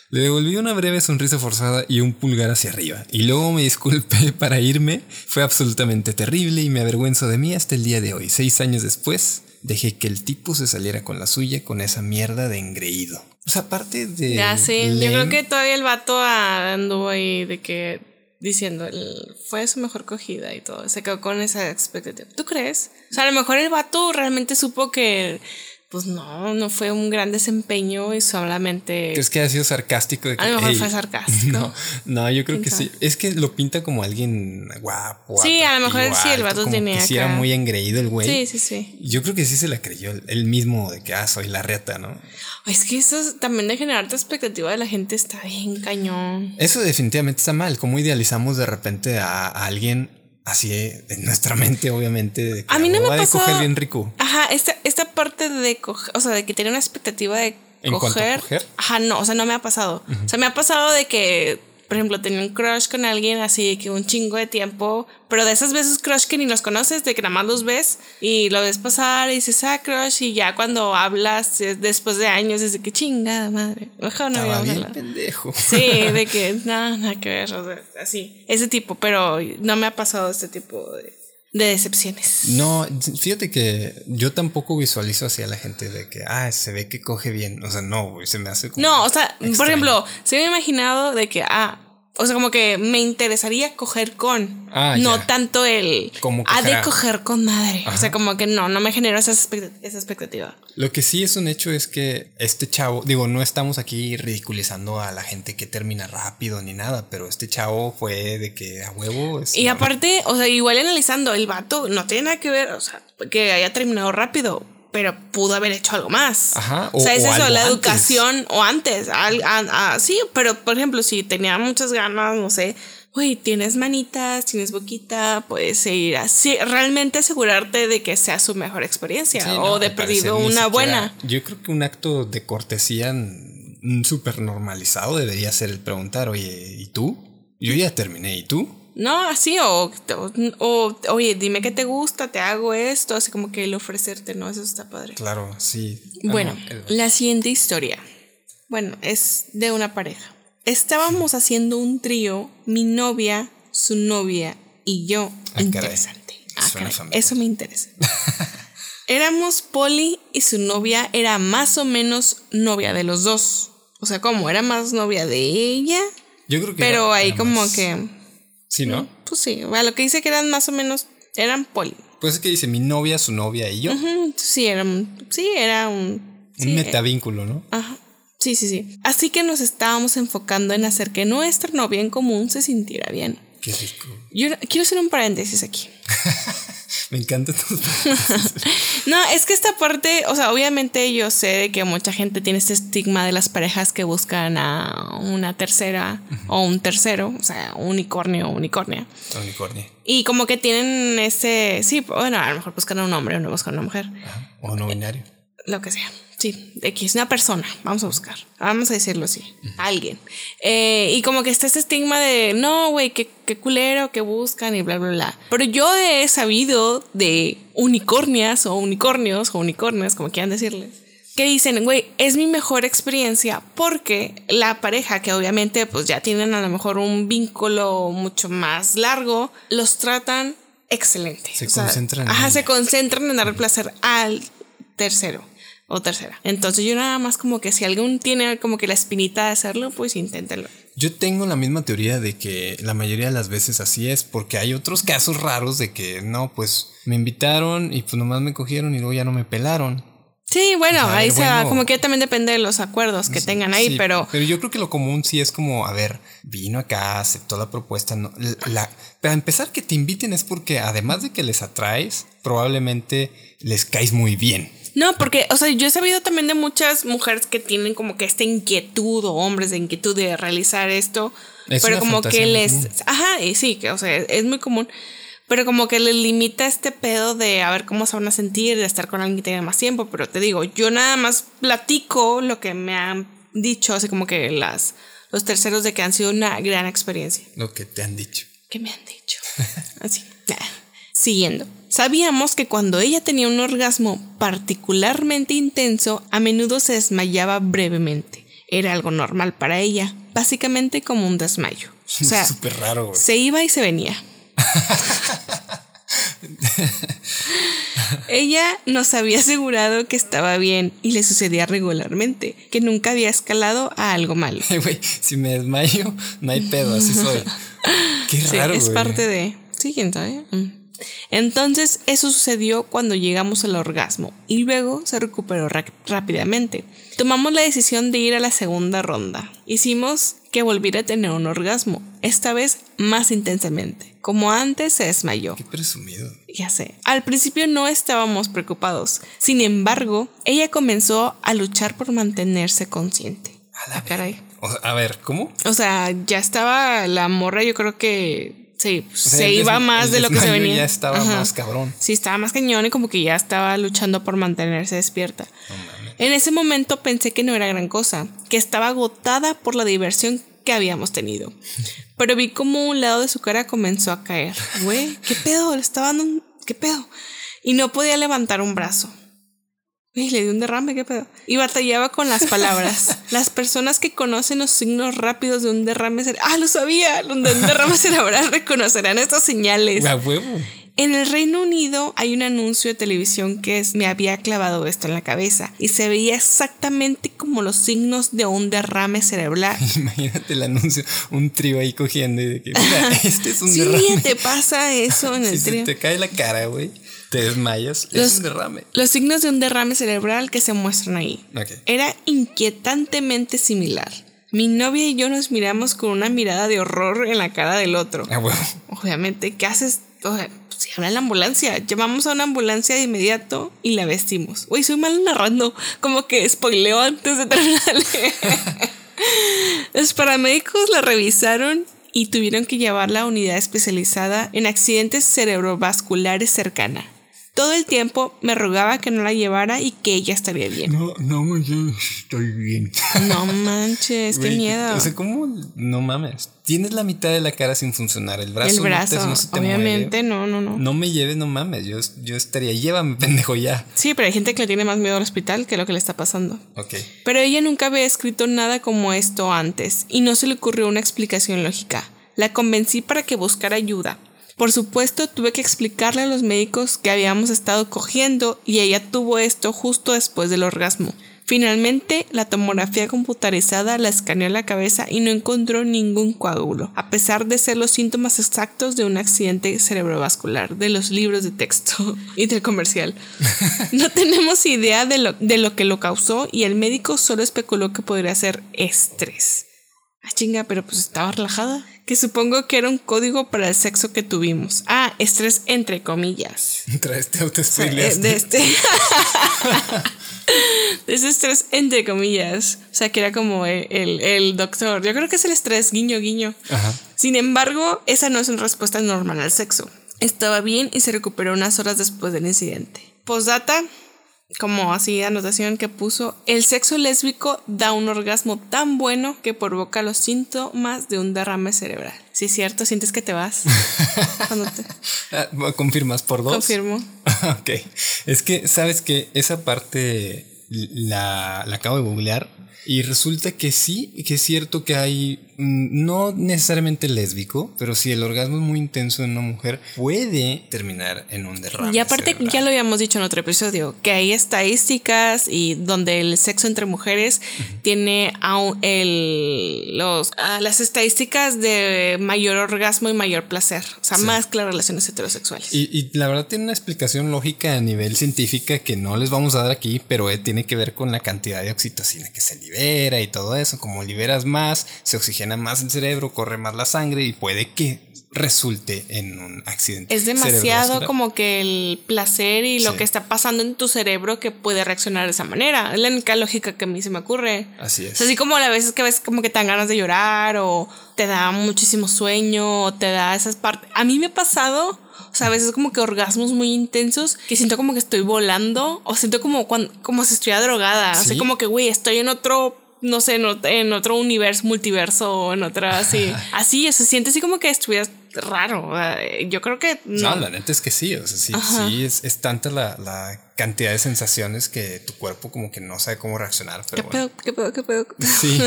Speaker 2: Le devolví una breve sonrisa forzada y un pulgar hacia arriba. Y luego me disculpé para irme. Fue absolutamente terrible y me avergüenzo de mí hasta el día de hoy. Seis años después, dejé que el tipo se saliera con la suya con esa mierda de engreído. O sea, aparte de...
Speaker 1: Ya sí, yo
Speaker 2: lame-
Speaker 1: creo que todavía el vato ah, anduvo ahí de que diciendo el- fue su mejor cogida y todo. Se quedó con esa expectativa. ¿Tú crees? O sea, a lo mejor el vato realmente supo que pues no, no fue un gran desempeño y solamente
Speaker 2: ¿Crees que ha sido sarcástico? De que,
Speaker 1: a lo mejor
Speaker 2: "Hey,
Speaker 1: fue sarcástico.
Speaker 2: No, no, yo creo que
Speaker 1: ¿Quién
Speaker 2: sí. Es que lo pinta como alguien guapo.
Speaker 1: Sí, a lo mejor
Speaker 2: atractivo,
Speaker 1: sí, el
Speaker 2: alto,
Speaker 1: vato
Speaker 2: como
Speaker 1: tenía
Speaker 2: Que sí era
Speaker 1: acá.
Speaker 2: muy engreído el güey.
Speaker 1: Sí, sí, sí.
Speaker 2: Yo creo que sí se la creyó él- él mismo de que, ah, soy la reta, ¿no?
Speaker 1: Es que eso es- también de generarte expectativa de la gente está bien cañón.
Speaker 2: Eso definitivamente está mal. Como idealizamos de repente a, a alguien así eh, en nuestra mente, obviamente. De que
Speaker 1: A mí no me
Speaker 2: "Ah, de
Speaker 1: pasó-
Speaker 2: coger bien rico.
Speaker 1: Ajá, esta, esta parte de coger, o sea, de que tenía una expectativa de
Speaker 2: ¿En cuanto a
Speaker 1: coger,
Speaker 2: coger?
Speaker 1: Ajá, no, o sea, no me ha pasado. O sea, me ha pasado de que, por ejemplo, tenía un crush con alguien así de que un chingo de tiempo, pero de esas veces crush que ni los conoces, de que nada más los ves y lo ves pasar y dices, ah, crush, y ya cuando hablas es después de años, es de que chingada madre. Mejor no
Speaker 2: Estaba
Speaker 1: habíamos
Speaker 2: bien
Speaker 1: hablado".
Speaker 2: pendejo.
Speaker 1: Sí, de que nada, nada que ver, o sea, así, ese tipo, pero no me ha pasado este tipo de, de decepciones.
Speaker 2: No, fíjate que yo tampoco visualizo así a la gente de que, ah, se ve que coge bien. O sea, no, güey, se me hace como...
Speaker 1: No, o sea, por
Speaker 2: extraño.
Speaker 1: ejemplo, se me he imaginado de que, ah, o sea, como que me interesaría coger con,
Speaker 2: Ah,
Speaker 1: no
Speaker 2: ya.
Speaker 1: tanto el,
Speaker 2: Como
Speaker 1: ha de
Speaker 2: cogerá.
Speaker 1: coger con madre, o
Speaker 2: Ajá.
Speaker 1: sea, como que no, no me generó esa, expect- esa expectativa.
Speaker 2: Lo que sí es un hecho es que este chavo, digo, no estamos aquí ridiculizando a la gente que termina rápido ni nada, pero este chavo fue de que a huevo es-
Speaker 1: Y aparte, o sea, igual analizando, el vato no tiene nada que ver, o sea, que haya terminado rápido, pero pudo haber hecho algo más.
Speaker 2: Ajá,
Speaker 1: O, sea,
Speaker 2: o-
Speaker 1: es
Speaker 2: o
Speaker 1: eso,
Speaker 2: algo
Speaker 1: la
Speaker 2: antes.
Speaker 1: educación o antes. al- a- a- sí, pero por ejemplo, si tenía muchas ganas, no sé, uy, tienes manitas, tienes boquita, puedes ir así, realmente asegurarte de que sea su mejor experiencia
Speaker 2: Sí,
Speaker 1: o
Speaker 2: no,
Speaker 1: de
Speaker 2: al parecer
Speaker 1: perdido
Speaker 2: ni
Speaker 1: una
Speaker 2: siquiera-
Speaker 1: buena.
Speaker 2: Yo creo que un acto de cortesía mm, súper normalizado debería ser el preguntar, oye, ¿y tú? Yo ya terminé, ¿y tú?
Speaker 1: No, así, o, o, o, oye, dime qué te gusta, te hago esto, así como que el ofrecerte, ¿no? Eso está padre.
Speaker 2: Claro, sí. Ah,
Speaker 1: Bueno,
Speaker 2: no, el-
Speaker 1: la siguiente historia. Bueno, es de una pareja. Estábamos haciendo un trío, mi novia, su novia y yo.
Speaker 2: Ah, caray.
Speaker 1: Interesante. Ah,
Speaker 2: Suena
Speaker 1: caray,
Speaker 2: familiar.
Speaker 1: Eso me interesa. Éramos Polly y su novia era más o menos novia de los dos. O sea, ¿cómo? Era más novia de ella,
Speaker 2: yo creo que...
Speaker 1: pero
Speaker 2: era-
Speaker 1: ahí
Speaker 2: era
Speaker 1: como
Speaker 2: más-
Speaker 1: que,
Speaker 2: Sí, ¿no?
Speaker 1: pues sí, a lo que dice que eran más o menos, eran Polly.
Speaker 2: Pues es que dice mi novia, su novia y yo.
Speaker 1: Ujú, Sí, era, un- sí, era un... sí,
Speaker 2: Un metavínculo, ¿no?
Speaker 1: Ajá. Sí, sí, sí. Así que nos estábamos enfocando en hacer que nuestra novia en común se sintiera bien.
Speaker 2: Qué rico.
Speaker 1: Yo quiero hacer un paréntesis aquí.
Speaker 2: Me encanta todo.
Speaker 1: No, es que esta parte, o sea, obviamente yo sé de que mucha gente tiene este estigma de las parejas que buscan a una tercera o un tercero, o sea, unicornio o unicornia.
Speaker 2: Unicornio.
Speaker 1: Y como que tienen ese, sí, bueno, a lo mejor buscan a un hombre o no buscan a una mujer.
Speaker 2: Ajá. O no binario.
Speaker 1: lo que sea. Sí, X, una persona, vamos a buscar, vamos a decirlo así, alguien. Eh, y como que está ese estigma de, no, güey, qué, qué culero, que buscan y bla, bla, bla. Pero yo he sabido de unicornias o unicornios o unicornios, como quieran decirles, que dicen, güey, es mi mejor experiencia porque la pareja, que obviamente pues ya tienen a lo mejor un vínculo mucho más largo, los tratan excelente.
Speaker 2: Se concentran en
Speaker 1: Ajá,
Speaker 2: ella.
Speaker 1: se concentran en dar el placer al tercero o tercera. Entonces yo nada más como que si alguien tiene como que la espinita de hacerlo, pues inténtelo.
Speaker 2: Yo tengo la misma teoría de que la mayoría de las veces así es, porque hay otros casos raros de que no, pues me invitaron y pues nomás me cogieron y luego ya no me pelaron.
Speaker 1: Sí, bueno,
Speaker 2: A ver,
Speaker 1: ahí se va,
Speaker 2: bueno.
Speaker 1: como que también depende de los acuerdos que tengan ahí,
Speaker 2: Sí,
Speaker 1: pero
Speaker 2: Pero yo creo que lo común sí es como, a ver, vino acá, aceptó la propuesta. No, la, la- para empezar, que te inviten es porque además de que les atraes, probablemente les caes muy bien.
Speaker 1: No, porque, o sea, yo he sabido también de muchas mujeres que tienen como que esta inquietud o hombres de inquietud de realizar esto,
Speaker 2: Es
Speaker 1: pero
Speaker 2: una
Speaker 1: como
Speaker 2: fantasía
Speaker 1: que
Speaker 2: muy
Speaker 1: les,
Speaker 2: común.
Speaker 1: ajá, y sí, que, o sea, es, es muy común, pero como que les limita este pedo de a ver cómo se van a sentir, de estar con alguien que tiene más tiempo, pero te digo, yo nada más platico lo que me han dicho, así como que las, los terceros de que han sido una gran experiencia
Speaker 2: Lo que te han dicho.
Speaker 1: que me han dicho. Así. ah, Siguiendo. Sabíamos que cuando ella tenía un orgasmo particularmente intenso, a menudo se desmayaba brevemente. Era algo normal para ella, básicamente como un desmayo. O sea,
Speaker 2: Súper raro, güey.
Speaker 1: se iba y se venía. Ella nos había asegurado que estaba bien y le sucedía regularmente, que nunca había escalado a algo malo.
Speaker 2: Ay, güey, si me desmayo, no hay pedo, así soy. Qué
Speaker 1: Sí,
Speaker 2: raro,
Speaker 1: es
Speaker 2: güey.
Speaker 1: parte de. Sí, quién sabe. Mm. Entonces, eso sucedió cuando llegamos al orgasmo y luego se recuperó ra- rápidamente. Tomamos la decisión de ir a la segunda ronda. Hicimos que volviera a tener un orgasmo, esta vez más intensamente. Como antes, se desmayó.
Speaker 2: Qué presumido.
Speaker 1: Ya sé. Al principio no estábamos preocupados. Sin embargo, ella comenzó a luchar por mantenerse consciente.
Speaker 2: A la
Speaker 1: Ah, caray.
Speaker 2: O sea, a ver, ¿cómo?
Speaker 1: O sea, ya estaba la morra, yo creo que se,
Speaker 2: O sea,
Speaker 1: se
Speaker 2: el
Speaker 1: iba
Speaker 2: des-
Speaker 1: más
Speaker 2: el
Speaker 1: de lo que se
Speaker 2: desmayo
Speaker 1: venía.
Speaker 2: Ya estaba
Speaker 1: Ajá.
Speaker 2: más cabrón.
Speaker 1: Sí, estaba más cañón y como que ya estaba luchando por mantenerse despierta. en ese momento pensé que no era gran cosa, que estaba agotada por la diversión que habíamos tenido. Pero vi como un lado de su cara comenzó a caer. Güey, ¿qué pedo? Le estaba dando un... ¿Qué pedo? Y no podía levantar un brazo. Güey, le di un derrame, ¿qué pedo? Y batallaba con las palabras. Las personas que conocen los signos rápidos de un derrame cerebral... ¡Ah, lo sabía! De un derrame cerebral reconocerán estas señales.
Speaker 2: A huevo.
Speaker 1: En el Reino Unido hay un anuncio de televisión que es, me había clavado esto en la cabeza y se veía exactamente como los signos de un derrame cerebral.
Speaker 2: Imagínate el anuncio, un trío ahí cogiendo y de que, mira, este es un
Speaker 1: Sí,
Speaker 2: derrame.
Speaker 1: te pasa eso en
Speaker 2: Si
Speaker 1: el
Speaker 2: se
Speaker 1: trío.
Speaker 2: te cae la cara, güey, te desmayas, es
Speaker 1: Los-
Speaker 2: un derrame.
Speaker 1: Los signos de un derrame cerebral que se muestran ahí.
Speaker 2: Ok.
Speaker 1: Era inquietantemente similar. Mi novia y yo nos miramos con una mirada de horror en la cara del otro.
Speaker 2: A Ah, huevo.
Speaker 1: Obviamente, ¿qué haces? O sea, pues, si habla la ambulancia, llamamos a una ambulancia de inmediato y la vestimos. Uy, soy mal narrando, como que spoileo antes de terminar. Los paramédicos la revisaron y tuvieron que llevarla a unidad especializada en accidentes cerebrovasculares cercana. Todo el tiempo me rogaba que no la llevara y que ella estaría bien.
Speaker 2: No, no, yo estoy bien.
Speaker 1: No manches, qué
Speaker 2: Güey,
Speaker 1: miedo.
Speaker 2: O sea, ¿cómo? No mames. Tienes la mitad de la cara sin funcionar. El brazo,
Speaker 1: El
Speaker 2: no te-
Speaker 1: brazo,
Speaker 2: no se te mueve. ¿eh?
Speaker 1: obviamente, no, no, no.
Speaker 2: No me lleves, no mames. Yo, yo estaría, llévame, pendejo, ya.
Speaker 1: Sí, pero hay gente que le tiene más miedo al hospital que lo que le está pasando.
Speaker 2: Ok.
Speaker 1: Pero ella nunca había escrito nada como esto antes y no se le ocurrió una explicación lógica. La convencí para que buscara ayuda. Por supuesto, tuve que explicarle a los médicos que habíamos estado cogiendo y ella tuvo esto justo después del orgasmo. Finalmente, la tomografía computarizada la escaneó en la cabeza y no encontró ningún coágulo, a pesar de ser los síntomas exactos de un accidente cerebrovascular de los libros de texto y del comercial. No tenemos idea de lo, de lo que lo causó y el médico solo especuló que podría ser estrés. Ah, chinga, pero pues estaba relajada. Que supongo que era un código para el sexo que tuvimos. Ah, estrés entre comillas.
Speaker 2: Trae este auto
Speaker 1: O sea, eh, de este. De ese estrés entre comillas. O sea, que era como el, el- el doctor. Yo creo que es el estrés, guiño, guiño.
Speaker 2: Ajá.
Speaker 1: Sin embargo, esa no es una respuesta normal al sexo. Estaba bien y se recuperó unas horas después del incidente. Postdata, como así anotación que puso, el sexo lésbico da un orgasmo tan bueno que provoca los síntomas de un derrame cerebral. Sí, cierto, sientes que te vas. Cuando te
Speaker 2: Ah, ¿Confirmas por dos?
Speaker 1: confirmo.
Speaker 2: ok. Es que, ¿sabes que Esa parte la, la acabo de googlear y resulta que sí, que es cierto que hay, mm, no necesariamente lésbico, pero si el orgasmo es muy intenso en una mujer, puede terminar en un derrame.
Speaker 1: Y aparte,
Speaker 2: cerebral.
Speaker 1: ya lo habíamos dicho en otro episodio, que hay estadísticas y donde el sexo entre mujeres tiene aún el, los, ah, las estadísticas de mayor orgasmo y mayor placer. O sea, más que las relaciones heterosexuales.
Speaker 2: Y, y la verdad tiene una explicación lógica a nivel científica que no les vamos a dar aquí, pero eh, tiene que ver con la cantidad de oxitocina que se libera y todo eso. Como liberas más, se oxigena más el cerebro, corre más la sangre y puede que resulte en un accidente.
Speaker 1: es demasiado
Speaker 2: cerebrovascular.
Speaker 1: como que el placer y lo
Speaker 2: Sí.
Speaker 1: que está pasando en tu cerebro que puede reaccionar de esa manera. Es la única lógica que a mí se me ocurre.
Speaker 2: Así
Speaker 1: O
Speaker 2: es.
Speaker 1: sea, así como a veces que ves como que te dan ganas de llorar o te da muchísimo sueño o te da esas partes. A mí me ha pasado, o sea, a veces como que orgasmos muy intensos que siento como que estoy volando o siento como, cuando, como si estuviera drogada. O
Speaker 2: Sí.
Speaker 1: sea, como que, güey, estoy en otro, no sé, en, ot- en otro universo, multiverso, en otra así. así, o sea, sientes así como que estuvieras raro. eh, Yo creo que no.
Speaker 2: No, la neta es que sí. O sea, sí,
Speaker 1: Ajá.
Speaker 2: sí es, es tanta la, la cantidad de sensaciones que tu cuerpo como que no sabe cómo reaccionar. Pero
Speaker 1: ¿Qué
Speaker 2: bueno.
Speaker 1: pedo? ¿Qué pedo? ¿Qué pedo?
Speaker 2: Sí.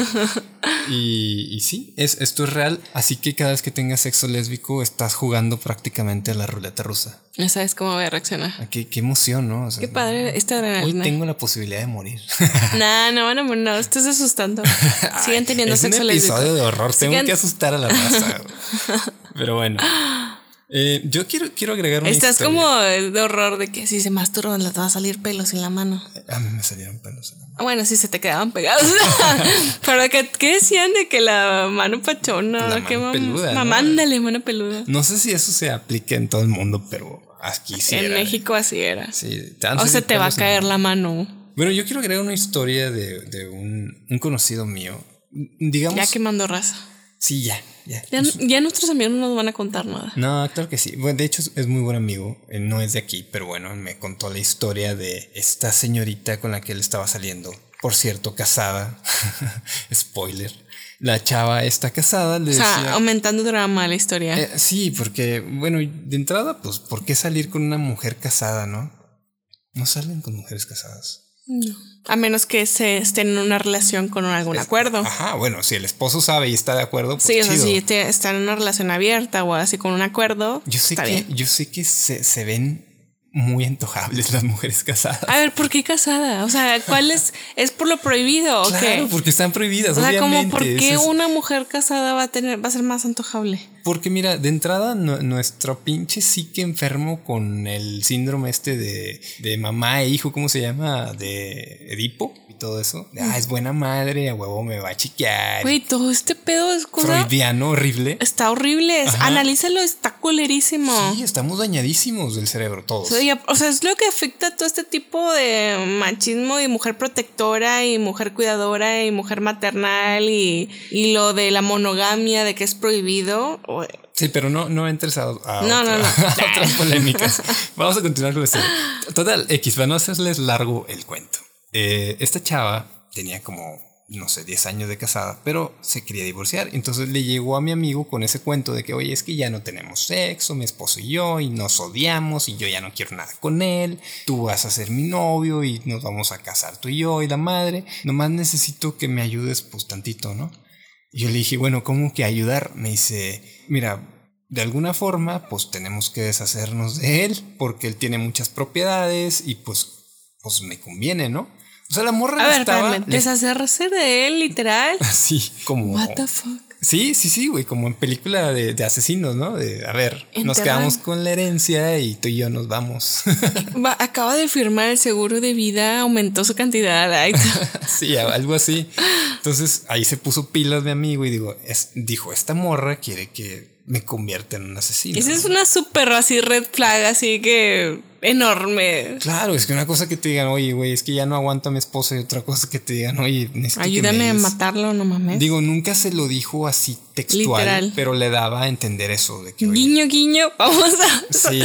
Speaker 2: Y, y sí, es, esto es real. Así que cada vez que tengas sexo lésbico, estás jugando prácticamente a la ruleta rusa.
Speaker 1: No sabes cómo voy a reaccionar.
Speaker 2: Ah, Qué, qué emoción, ¿no? O sea,
Speaker 1: Qué padre esta
Speaker 2: Hoy
Speaker 1: adrenalina.
Speaker 2: tengo la posibilidad de morir.
Speaker 1: Nah, no van a morir, no, estás asustando. Siguen teniendo
Speaker 2: es
Speaker 1: sexo
Speaker 2: un
Speaker 1: lésbico.
Speaker 2: episodio de horror. Tengo
Speaker 1: Sigan-
Speaker 2: que asustar a la raza. Pero bueno. Eh, yo quiero, quiero agregar una
Speaker 1: Estás
Speaker 2: historia.
Speaker 1: como de horror de que si se masturban les va a salir pelos en la mano.
Speaker 2: A mí Ah, me salieron pelos. en la mano.
Speaker 1: Ah, Bueno, si se te quedaban pegados. Pero que, ¿qué decían de que la mano pachona?
Speaker 2: La mano
Speaker 1: que mam-
Speaker 2: peluda, ¿no?
Speaker 1: Mamándale, mano peluda.
Speaker 2: No sé si eso se aplica en todo el mundo, pero aquí sí.
Speaker 1: en
Speaker 2: era.
Speaker 1: México así era.
Speaker 2: Sí, te dan
Speaker 1: o se
Speaker 2: salir
Speaker 1: te va a
Speaker 2: pelos en la
Speaker 1: caer la mano.
Speaker 2: Bueno, yo quiero agregar una historia de, de un, un conocido mío. Digamos.
Speaker 1: Ya quemando raza.
Speaker 2: Sí, ya, ya.
Speaker 1: Ya, ya nuestros amigos no nos van a contar nada.
Speaker 2: No, claro que sí. Bueno, de hecho, es, es muy buen amigo. Él no es de aquí, pero bueno, me contó la historia de esta señorita con la que él estaba saliendo. Por cierto, casada. Spoiler. La chava está casada. Le
Speaker 1: O sea,
Speaker 2: decía-
Speaker 1: aumentando drama la historia.
Speaker 2: Eh, sí, porque, bueno, de entrada, pues, ¿por qué salir con una mujer casada, no? No salen con mujeres casadas.
Speaker 1: No. A menos que se estén en una relación con algún acuerdo.
Speaker 2: Ajá, bueno, si el esposo sabe y está de acuerdo, pues
Speaker 1: Sí, o sea,
Speaker 2: chido.
Speaker 1: si te- están en una relación abierta o así con un acuerdo.
Speaker 2: Yo sé
Speaker 1: está
Speaker 2: que,
Speaker 1: bien.
Speaker 2: yo sé que se, se ven muy antojables las mujeres casadas.
Speaker 1: A ver, ¿por qué casada? O sea, ¿cuál es? ¿Es por lo prohibido o qué?
Speaker 2: Claro, porque están prohibidas.
Speaker 1: O sea, como
Speaker 2: obviamente.
Speaker 1: por qué
Speaker 2: Eso es-
Speaker 1: una mujer casada va a tener, va a ser más antojable.
Speaker 2: Porque mira, de entrada, nu- nuestro pinche sí que enfermo con el síndrome este de, de mamá e hijo, ¿cómo se llama? De Edipo y todo eso. De, ah, es buena madre, a huevo me va a chiquear.
Speaker 1: Mm. Güey, todo este pedo es cosa.
Speaker 2: Freudiano, horrible.
Speaker 1: Está horrible. es-
Speaker 2: Ajá.
Speaker 1: Analízalo, está culerísimo.
Speaker 2: Sí, estamos dañadísimos del cerebro todos.
Speaker 1: O sea, ya- O sea, es lo que afecta a todo este tipo de machismo y mujer protectora y mujer cuidadora y mujer maternal y, y lo de la monogamia, de que es prohibido. O-
Speaker 2: Sí, pero no, no entres a, a
Speaker 1: no,
Speaker 2: otra-
Speaker 1: no.
Speaker 2: a otras polémicas. Vamos a continuar con esto. Total, X, para no hacerles largo el cuento. Eh, esta chava tenía como, no sé, 10 años de casada, pero se quería divorciar. Entonces le llegó a mi amigo con ese cuento de que, oye, es que ya no tenemos sexo, mi esposo y yo, y nos odiamos, y yo ya no quiero nada con él. Tú vas a ser mi novio y nos vamos a casar tú y yo y la madre. Nomás necesito que me ayudes pues tantito, ¿no? Y yo le dije, bueno, ¿cómo que ayudar? Me dice, mira, de alguna forma, pues tenemos que deshacernos de él, porque él tiene muchas propiedades y pues, pues me conviene, ¿no? O sea, la morra
Speaker 1: A
Speaker 2: le
Speaker 1: ver,
Speaker 2: estaba...
Speaker 1: espérame,
Speaker 2: le-
Speaker 1: deshacerse de él, literal.
Speaker 2: Así, como...
Speaker 1: What the fuck?
Speaker 2: Sí, sí, sí, güey, como en película de, de asesinos, ¿no? De, a ver, nos
Speaker 1: Enterrar.
Speaker 2: quedamos con la herencia y tú y yo nos vamos.
Speaker 1: Va- acaba de firmar el seguro de vida, aumentó su cantidad. Ay, t-
Speaker 2: Sí, algo así. Entonces ahí se puso pilas mi amigo y digo, es, dijo, esta morra quiere que me convierta en un asesino.
Speaker 1: Esa
Speaker 2: ¿no?
Speaker 1: es una súper así red flag, así que enorme.
Speaker 2: Claro, es que una cosa que te digan, oye, güey, es que ya no aguanto a mi esposa y otra cosa que te digan, oye, necesito que me
Speaker 1: Ayúdame a
Speaker 2: ayudes".
Speaker 1: matarlo, no mames.
Speaker 2: Digo, nunca se lo dijo así textual,
Speaker 1: Literal.
Speaker 2: pero le daba a entender eso de que, oye,
Speaker 1: guiño, guiño, vamos a,
Speaker 2: sí,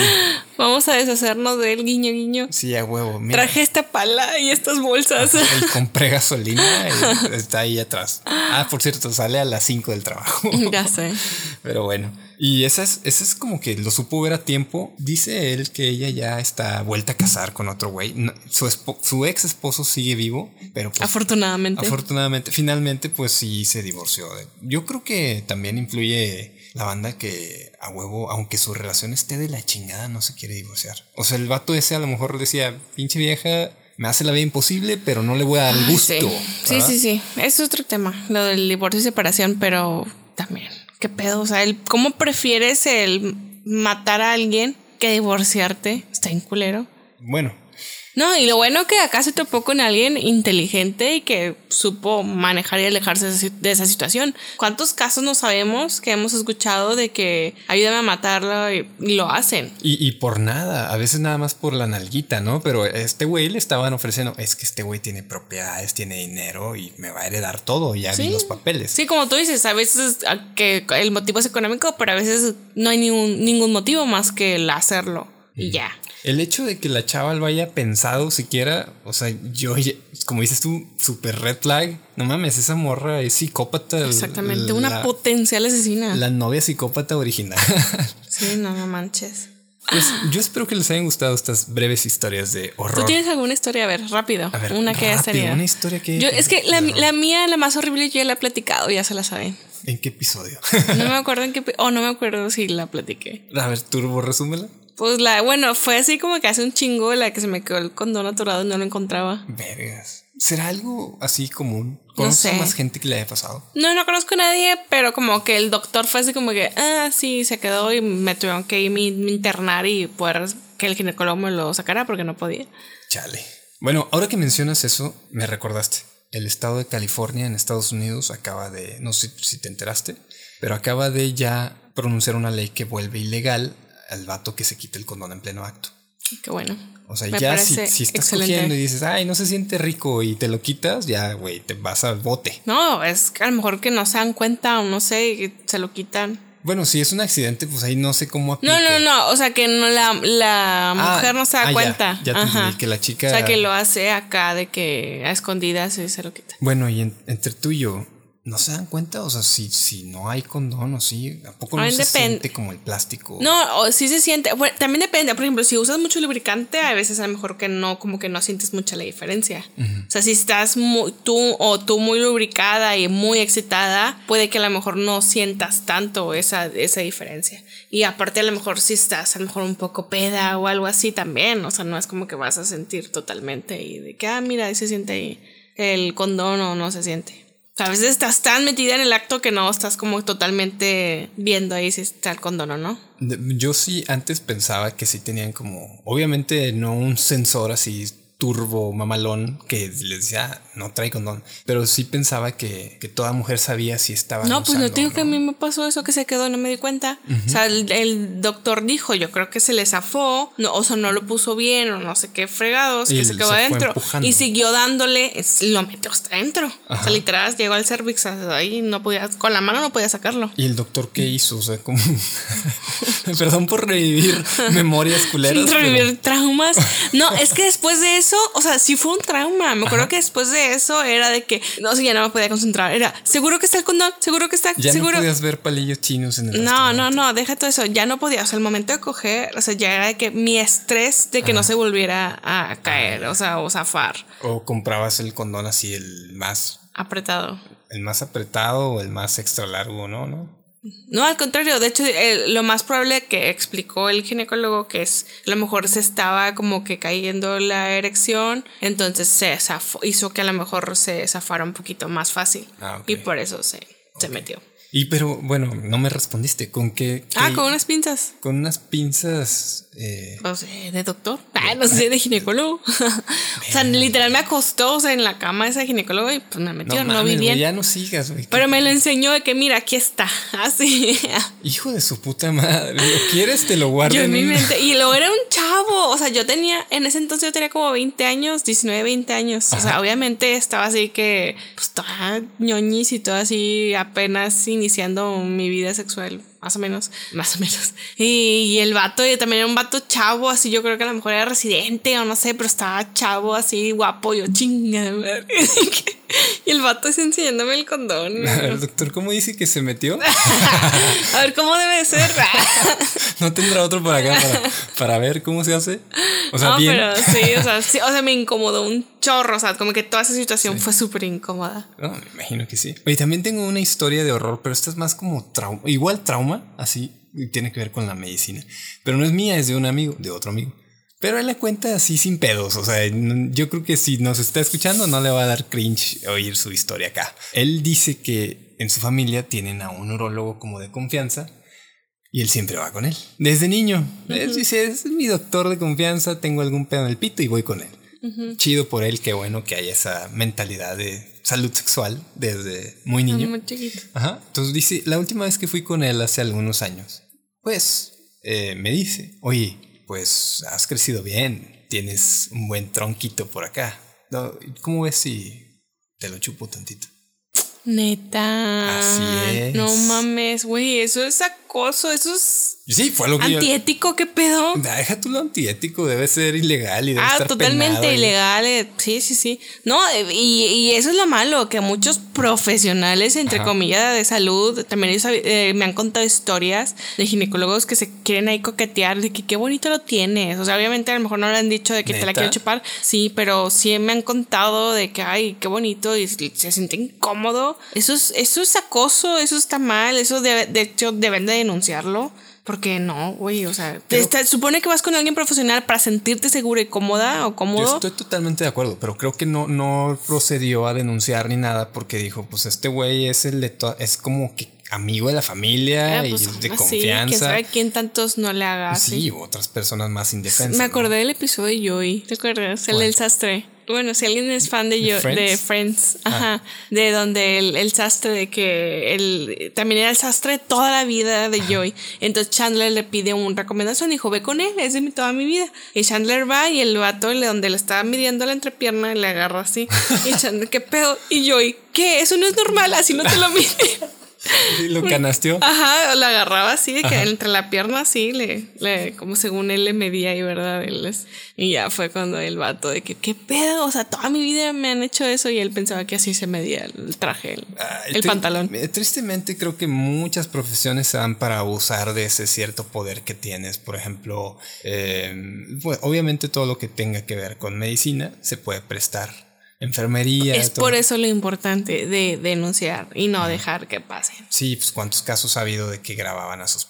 Speaker 1: vamos a deshacernos de él, guiño, guiño.
Speaker 2: sí, a huevo, mira,
Speaker 1: Traje esta pala y estas bolsas.
Speaker 2: y compré gasolina y está ahí atrás. Ah, por cierto, sale a las 5 del trabajo.
Speaker 1: ya sé.
Speaker 2: Pero bueno, y esa es, esa es como que lo supo ver a tiempo. Dice él que ella ya está vuelta a casar con otro güey. No, su, espo- su ex esposo sigue vivo, pero pues,
Speaker 1: Afortunadamente.
Speaker 2: Afortunadamente, finalmente, pues sí se divorció. Yo creo que también influye la banda que a huevo, aunque su relación esté de la chingada, no se quiere divorciar. O sea, el vato ese a lo mejor decía, pinche vieja, me hace la vida imposible, pero no le voy a dar el gusto.
Speaker 1: Sí. sí,
Speaker 2: ¿verdad?
Speaker 1: sí, sí. Es otro tema, lo del divorcio y separación, pero también, ¿qué pedo? O sea, el, ¿cómo prefieres el matar a alguien que divorciarte? Está en culero.
Speaker 2: Bueno,
Speaker 1: No, y lo bueno que acá se topó con alguien inteligente y que supo manejar y alejarse de esa si- de esa situación. ¿Cuántos casos no sabemos que hemos escuchado de que ayúdame a matarlo y, y lo hacen?
Speaker 2: y, y por nada, a veces nada más por la nalguita, ¿no? Pero a este güey le estaban ofreciendo, es que este güey tiene propiedades, tiene dinero y me va a heredar todo, ya vi
Speaker 1: Sí.
Speaker 2: los papeles.
Speaker 1: Sí, como tú dices, a veces a- que el motivo es económico, pero a veces no hay ningún, ningún motivo más que el hacerlo y ya.
Speaker 2: El hecho de que la chava lo haya pensado siquiera, o sea, yo, ya- como dices tú, super red flag. No mames, esa morra es psicópata. l-
Speaker 1: Exactamente,
Speaker 2: la,
Speaker 1: una potencial asesina.
Speaker 2: La novia psicópata original.
Speaker 1: Sí, no, no manches.
Speaker 2: pues yo espero que les hayan gustado estas breves historias de horror.
Speaker 1: ¿Tú tienes alguna historia? A ver, rápido.
Speaker 2: A ver,
Speaker 1: una que hayas
Speaker 2: rápido,
Speaker 1: tenido.
Speaker 2: una historia que-
Speaker 1: Yo- es que la,
Speaker 2: de horror.
Speaker 1: la mía, la más horrible, yo ya la he platicado, ya se la saben.
Speaker 2: ¿En qué episodio?
Speaker 1: No me acuerdo en qué. O no me acuerdo si la platiqué.
Speaker 2: A ver, Turbo, resúmela.
Speaker 1: Pues la, bueno, fue así como que hace un chingo la que se me quedó el condón atorado y no lo encontraba.
Speaker 2: Vergas. ¿Será algo así común? ¿Conoces
Speaker 1: sé.
Speaker 2: más gente que le haya pasado?
Speaker 1: No, no conozco a nadie, pero como que el doctor fue así como que, ah, sí, se quedó y me tuvieron que ir mi- mi internar y poder que el ginecólogo me lo sacara porque no podía.
Speaker 2: Chale. Bueno, ahora que mencionas eso, me recordaste. El estado de California en Estados Unidos acaba de, no sé si te enteraste, pero acaba de ya pronunciar una ley que vuelve ilegal al vato que se quite el condón en pleno acto.
Speaker 1: Qué bueno.
Speaker 2: O sea,
Speaker 1: Me
Speaker 2: ya si,
Speaker 1: parece
Speaker 2: si estás
Speaker 1: excelente.
Speaker 2: cogiendo y dices, ay, no se siente rico y te lo quitas, ya, güey, te vas al bote.
Speaker 1: No, es que a lo mejor que no se dan cuenta o no sé, y que se lo quitan.
Speaker 2: Bueno, si es un accidente, pues ahí no sé cómo
Speaker 1: No,
Speaker 2: aplique.
Speaker 1: no, no, o sea que no la, la
Speaker 2: Ah,
Speaker 1: mujer no se da
Speaker 2: ah, ya,
Speaker 1: cuenta.
Speaker 2: ya te
Speaker 1: Ajá.
Speaker 2: entendí, que la chica-
Speaker 1: O sea que lo hace acá de que a escondidas y se lo quita.
Speaker 2: Bueno, y en- entre tú y yo, ¿no se dan cuenta? O sea, si, si no hay condón o sí, ¿a poco no
Speaker 1: Ay,
Speaker 2: se
Speaker 1: Ah, depende.
Speaker 2: siente como el plástico?
Speaker 1: No, o sí se siente. Bueno, también depende. Por ejemplo, si usas mucho lubricante, a veces a lo mejor que no, como que no sientes mucha la diferencia. O sea, si estás muy, tú o tú muy lubricada y muy excitada, puede que a lo mejor no sientas tanto esa, esa diferencia. Y aparte, a lo mejor si estás a lo mejor un poco peda o algo así también. O sea, no es como que vas a sentir totalmente y de que, ah, mira, ahí se siente ahí el condón o no se siente. O sea, a veces estás tan metida en el acto que no estás como totalmente viendo ahí si está el condón o no.
Speaker 2: De- Yo sí antes pensaba que sí tenían como, obviamente no un sensor así turbo mamalón que les decía, "Ah, no trae condón, pero sí pensaba que, que toda mujer sabía si estaba.
Speaker 1: No, pues no
Speaker 2: usando
Speaker 1: te digo
Speaker 2: Ah, o
Speaker 1: que a mí me pasó eso que se quedó, no me di cuenta. O sea, el, el doctor dijo, yo creo que se le zafó, no, o sea, no lo puso bien o no sé qué fregados,
Speaker 2: Y
Speaker 1: que se
Speaker 2: se
Speaker 1: quedó
Speaker 2: fue
Speaker 1: adentro.
Speaker 2: empujando.
Speaker 1: Y siguió dándole, es- lo metió hasta adentro. O
Speaker 2: Ajá.
Speaker 1: sea, literal, llegó al cervix hasta ahí, no podía, con la mano no podía sacarlo.
Speaker 2: ¿Y el doctor qué hizo? O sea, como. Perdón por revivir memorias culeras. pero-
Speaker 1: Revivir traumas. No, es que después de eso, o sea, sí fue un trauma. Me acuerdo que después de eso era de que, no sé, ya no me podía concentrar. Era, seguro que está el condón, seguro que está,
Speaker 2: Ya
Speaker 1: seguro.
Speaker 2: no podías ver palillos chinos en este el
Speaker 1: No, no, no, deja todo eso. Ya no podía. O sea, el momento de coger, o sea, ya era de que mi estrés de que no se volviera a caer, o sea, o zafar
Speaker 2: O comprabas el condón así, el más
Speaker 1: apretado.
Speaker 2: el más apretado o el más extra largo, ¿no? ¿No?
Speaker 1: No, al contrario, de hecho, eh, lo más probable que explicó el ginecólogo que es, a lo mejor se estaba como que cayendo la erección, entonces se zafó- hizo que a lo mejor se zafara un poquito más fácil.
Speaker 2: Ah, ok.
Speaker 1: Y por eso se, se metió.
Speaker 2: Y pero bueno, no me respondiste. ¿Con qué?
Speaker 1: Ah,
Speaker 2: qué-
Speaker 1: con unas pinzas.
Speaker 2: con unas pinzas. eh,
Speaker 1: No sé, de doctor. Ah, no sé, de ginecólogo. o sea, literal me acostó, o sea, en la cama ese ginecólogo y pues me metió, no,
Speaker 2: mames,
Speaker 1: vi
Speaker 2: güey,
Speaker 1: bien.
Speaker 2: ya no sigas, güey.
Speaker 1: Pero me lo enseñó de que mira, aquí está. Así.
Speaker 2: Hijo de su puta madre. ¿Lo quieres? Te lo guardo.
Speaker 1: yo en
Speaker 2: en
Speaker 1: mi
Speaker 2: un-
Speaker 1: mente. Y luego era un chavo. O sea, yo tenía, en ese entonces yo tenía como 20 años, 19, 20 años. O sea, obviamente estaba así que, pues toda ñoñis y todo así, apenas iniciando mi vida sexual. Más o menos, más o menos. Y, y el vato, y también era un vato chavo, así yo creo que a lo mejor era residente o no sé, pero estaba chavo, así guapo, yo chinga. madre". Y el vato así enseñándome el condón.
Speaker 2: A ver, doctor, ¿cómo dice que se metió?
Speaker 1: A ver cómo debe de ser.
Speaker 2: No tendrá otro para acá para, para ver cómo se hace. O sea,
Speaker 1: no,
Speaker 2: bien.
Speaker 1: pero sí o, sea, sí, o sea, me incomodó un chorro, o sea, como que toda esa situación fue súper incómoda.
Speaker 2: No, me imagino que sí. Oye, también tengo una historia de horror, pero esta es más como trauma. Igual trauma, así, y tiene que ver con la medicina. Pero no es mía, es de un amigo, de otro amigo. Pero él la cuenta así sin pedos. O sea, n- yo creo que si nos está escuchando, no le va a dar cringe oír su historia acá. Él dice que en su familia tienen a un urólogo como de confianza. Y él siempre va con él. Desde niño. Él dice, es mi doctor de confianza, tengo algún pedo en el pito y voy con él. Chido por él, qué bueno que haya esa mentalidad de salud sexual desde muy niño.
Speaker 1: Muy chiquito.
Speaker 2: Ajá. Entonces dice, la última vez que fui con él hace algunos años, pues eh, me dice, oye, pues has crecido bien, tienes un buen tronquito por acá. No, ¿Cómo ves si te lo chupo tantito?
Speaker 1: Neta.
Speaker 2: Así es.
Speaker 1: No mames, güey, eso es acoso, eso es
Speaker 2: Sí, fue lo que yo-
Speaker 1: antiético, ¿qué pedo?
Speaker 2: Nah, Deja tú lo antiético, debe ser ilegal y debe
Speaker 1: Ah,
Speaker 2: estar
Speaker 1: totalmente
Speaker 2: penado y-
Speaker 1: ilegal. eh, Sí, sí, sí. No, eh, y, y eso es lo malo, que muchos profesionales, entre
Speaker 2: Ajá.
Speaker 1: comillas, de salud, también he sabi- eh, me han contado historias de ginecólogos que se quieren ahí coquetear, de que qué bonito lo tienes. O sea, obviamente a lo mejor no le han dicho de que te la
Speaker 2: ¿Neta?
Speaker 1: quiero chupar, sí, pero sí me han contado de que, ay, qué bonito, y se se siente incómodo. Eso es, eso es acoso, eso está mal, eso debe- de hecho deben de denunciarlo. Porque no, güey, o sea, te
Speaker 2: Pero-
Speaker 1: está- supone que vas con alguien profesional para sentirte segura y cómoda o
Speaker 2: Yo
Speaker 1: cómodo.
Speaker 2: estoy totalmente de acuerdo, pero creo que no, no procedió a denunciar ni nada porque dijo, pues este güey es el de to- es como que amigo de la familia
Speaker 1: Ah,
Speaker 2: y
Speaker 1: pues,
Speaker 2: es de
Speaker 1: algo así, quién
Speaker 2: confianza.
Speaker 1: sabe quién tantos no le haga.
Speaker 2: sí,
Speaker 1: Sí,
Speaker 2: u otras personas más indefensas.
Speaker 1: Me
Speaker 2: ¿no?
Speaker 1: acordé del episodio de Joey, ¿te acuerdas? El
Speaker 2: ¿Cuál?
Speaker 1: del sastre. Bueno, si alguien es fan de,
Speaker 2: ¿De
Speaker 1: Yo-
Speaker 2: Friends?
Speaker 1: de Friends,
Speaker 2: Ah.
Speaker 1: ajá, de donde el, el sastre de que el también era el sastre toda la vida de Joey. Entonces Chandler le pide una recomendación, dijo, ve con él, es de mi- toda mi vida. Y Chandler va y el vato le- donde le estaba midiendo la entrepierna le agarra así. Y Chandler, ¿qué pedo? Y Joey, ¿qué? Eso no es normal, así no te lo mide.
Speaker 2: Sí, lo canasteó.
Speaker 1: ah, Ajá, la agarraba así, de que entre la pierna así, le, le- como según él le medía y verdad, él es- y ya fue cuando el vato de que, ¿qué pedo? O sea, toda mi vida me han hecho eso y él pensaba que así se medía el traje, el,
Speaker 2: Ay,
Speaker 1: el
Speaker 2: tri-
Speaker 1: pantalón.
Speaker 2: eh, Tristemente creo que muchas profesiones se dan para abusar de ese cierto poder que tienes. Por ejemplo, eh, bueno, obviamente todo lo que tenga que ver con medicina se puede prestar. Enfermería.
Speaker 1: Es
Speaker 2: todo.
Speaker 1: por eso lo importante de denunciar y no dejar que pasen.
Speaker 2: Sí, pues cuántos casos ha habido de que grababan a sus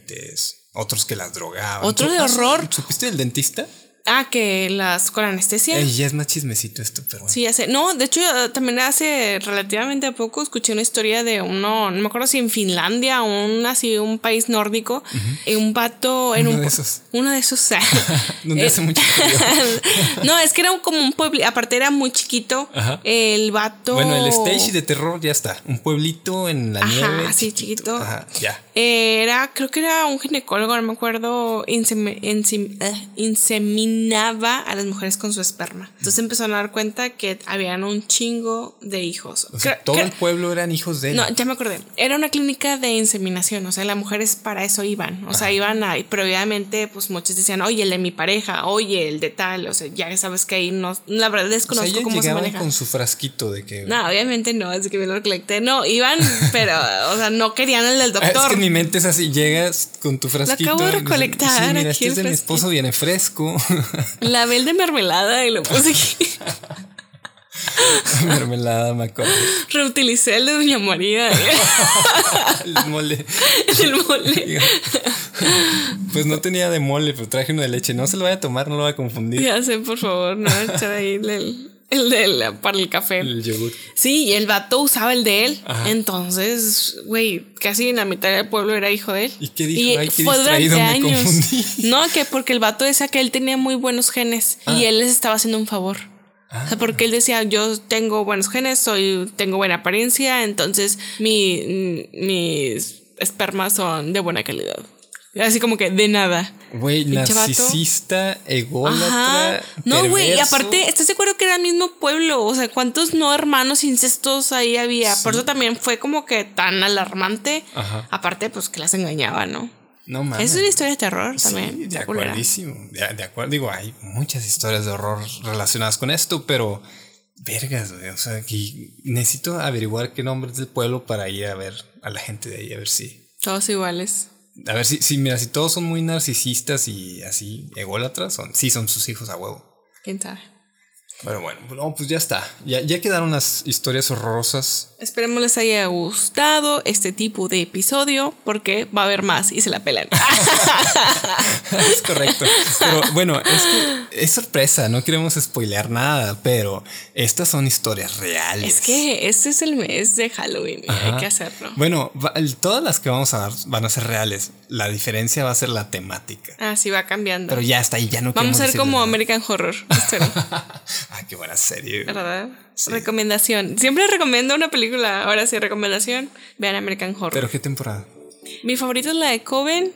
Speaker 2: pacientes, otros que las drogaban.
Speaker 1: Otro
Speaker 2: ¿Tú-
Speaker 1: de
Speaker 2: has-
Speaker 1: horror.
Speaker 2: ¿Supiste del dentista?
Speaker 1: Ah, que las con anestesia.
Speaker 2: Ey, ya es más chismecito esto, pero bueno.
Speaker 1: Sí, hace. No, de hecho, eh, también hace relativamente poco escuché una historia de uno, no me acuerdo si en Finlandia o un así, un país nórdico, eh, un vato en
Speaker 2: Uno
Speaker 1: un.
Speaker 2: de
Speaker 1: pu-
Speaker 2: esos.
Speaker 1: Uno de esos.
Speaker 2: Donde
Speaker 1: Eh,
Speaker 2: hace mucho frío.
Speaker 1: no, es que era un- como un pueblo, aparte era muy chiquito.
Speaker 2: Ajá.
Speaker 1: El vato.
Speaker 2: Bueno, el stage de terror ya está. Un pueblito en la
Speaker 1: Ajá,
Speaker 2: nieve.
Speaker 1: sí, chiquito.
Speaker 2: Ajá, ya.
Speaker 1: Era, creo que era un ginecólogo, no me acuerdo, insemi- insem- eh, inseminaba a las mujeres con su esperma. Entonces empezaron a dar cuenta que habían un chingo de hijos.
Speaker 2: O sea,
Speaker 1: Creo-
Speaker 2: todo
Speaker 1: creo-
Speaker 2: el pueblo eran hijos de él.
Speaker 1: No, ya me acordé. Era una clínica de inseminación, o sea, las mujeres para eso iban, o sea, iban ahí, pero obviamente pues muchos decían, oye, el de mi pareja, oye, el de tal, o sea, ya sabes que ahí no, la verdad
Speaker 2: o sea,
Speaker 1: desconozco
Speaker 2: ellas
Speaker 1: cómo se
Speaker 2: llegaban
Speaker 1: maneja.
Speaker 2: con su frasquito de que.
Speaker 1: No, obviamente no, así que me lo colecté. No, iban, pero, o sea, no querían el del
Speaker 2: Ah,
Speaker 1: doctor.
Speaker 2: Es que en mi mente es así, llegas con tu frasquito.
Speaker 1: acabo de
Speaker 2: y dices,
Speaker 1: recolectar
Speaker 2: Sí, mira,
Speaker 1: aquí
Speaker 2: este
Speaker 1: el
Speaker 2: es de mi
Speaker 1: frasquito".
Speaker 2: esposo, viene fresco.
Speaker 1: La vel de mermelada y lo puse aquí.
Speaker 2: Mermelada, me acuerdo.
Speaker 1: Reutilicé el de Doña María,
Speaker 2: El mole.
Speaker 1: el mole.
Speaker 2: Digo, Pues no tenía de mole, pero traje uno de leche. No se lo vaya a tomar, no lo vaya a confundir.
Speaker 1: Ya sé, por favor, no echar ahí el, del- el del- para el café.
Speaker 2: El yogur.
Speaker 1: Sí, y el vato usaba el de él.
Speaker 2: Ajá.
Speaker 1: Entonces, güey, casi en la mitad del pueblo era hijo de él.
Speaker 2: ¿Y qué dijo? Ay, qué distraído, me confundí. Ah.
Speaker 1: No, que porque el vato decía que él tenía muy buenos genes y él les estaba haciendo un favor. O sea, porque él decía, yo tengo buenos genes, soy, tengo buena apariencia, entonces mi, mis espermas son de buena calidad. Así como que de nada.
Speaker 2: Güey,
Speaker 1: Pinche vato.
Speaker 2: narcisista, ególatra.
Speaker 1: Ajá. No, güey, y
Speaker 2: perverso.
Speaker 1: aparte, ¿estás de acuerdo que era el mismo pueblo? O sea, ¿cuántos no hermanos incestos ahí había? Por
Speaker 2: Sí.
Speaker 1: eso también fue como que tan alarmante.
Speaker 2: Ajá.
Speaker 1: Aparte, pues que las engañaba, ¿no?
Speaker 2: No mames.
Speaker 1: Es una historia de terror
Speaker 2: Sí,
Speaker 1: también.
Speaker 2: de
Speaker 1: la culera.
Speaker 2: acuerdísimo. De, de acuerdo. Digo, hay muchas historias de horror relacionadas con esto, pero. Vergas, güey. O sea, que necesito averiguar qué nombre es del pueblo para ir a ver a la gente de ahí, a ver si.
Speaker 1: Todos iguales.
Speaker 2: A ver, si, si, mira, si todos son muy narcisistas y así, ególatras, son, sí son sus hijos a huevo.
Speaker 1: ¿Quién sabe?
Speaker 2: Pero bueno, no, pues ya está. Ya, ya quedaron las historias horrorosas.
Speaker 1: Esperemos les haya gustado este tipo de episodio porque va a haber más y se la pelan.
Speaker 2: es correcto. Pero bueno, es, que es sorpresa, no queremos spoilear nada, pero estas son historias reales.
Speaker 1: es que este es el mes de Halloween y hay
Speaker 2: Ajá.
Speaker 1: que hacerlo.
Speaker 2: Bueno, va- el- todas las que vamos a dar van a ser reales. La diferencia va a ser la temática.
Speaker 1: Así Ah, va cambiando.
Speaker 2: Pero ya está ahí, ya no
Speaker 1: Vamos
Speaker 2: queremos
Speaker 1: a ver
Speaker 2: decirles
Speaker 1: como
Speaker 2: nada.
Speaker 1: American Horror. Story.
Speaker 2: Ah, qué buena serie.
Speaker 1: ¿Verdad?
Speaker 2: Sí.
Speaker 1: Recomendación. Siempre recomiendo una película. Ahora sí, recomendación. Vean American Horror.
Speaker 2: Pero qué temporada.
Speaker 1: Mi favorita es la de Coven.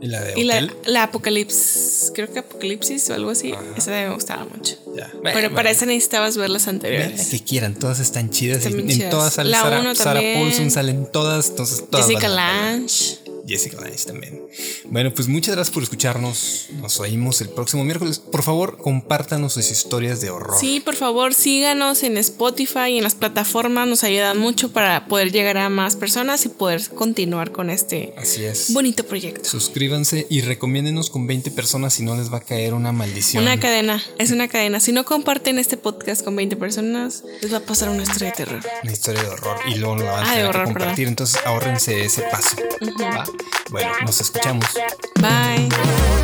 Speaker 2: ¿Y la de
Speaker 1: Y la,
Speaker 2: Hotel?
Speaker 1: la Apocalipsis, creo que Apocalipsis o algo así, esa me gustaba mucho.
Speaker 2: Ya. Bueno,
Speaker 1: Pero
Speaker 2: bueno.
Speaker 1: para esa necesitabas ver las
Speaker 2: Vean la
Speaker 1: anteriores.
Speaker 2: que quieran, todas están chidas.
Speaker 1: Están
Speaker 2: en-
Speaker 1: bien
Speaker 2: en
Speaker 1: chidas.
Speaker 2: todas sale
Speaker 1: La
Speaker 2: Sara,
Speaker 1: uno
Speaker 2: Sara
Speaker 1: también.
Speaker 2: Paulson, salen todas. Entonces, todas
Speaker 1: Jessica
Speaker 2: valen la pena.
Speaker 1: Lange.
Speaker 2: Jessica Lange también. Bueno, pues muchas gracias por escucharnos. Nos oímos el próximo miércoles. Por favor, compártanos sus historias de horror.
Speaker 1: Sí, por favor, síganos en Spotify y en las plataformas. Nos ayudan mucho para poder llegar a más personas y poder continuar con este
Speaker 2: Así es.
Speaker 1: bonito proyecto.
Speaker 2: Suscríbanse y recomiéndenos con 20 personas si no les va a caer una maldición.
Speaker 1: Una cadena, es una cadena. Si no comparten este podcast con 20 personas, les va a pasar una historia de terror.
Speaker 2: una historia de horror y luego la van
Speaker 1: Ah, de
Speaker 2: a tener que
Speaker 1: horror,
Speaker 2: compartir. Entonces, ahórrense ese paso. ¿va? Bueno, nos escuchamos.
Speaker 1: Bye.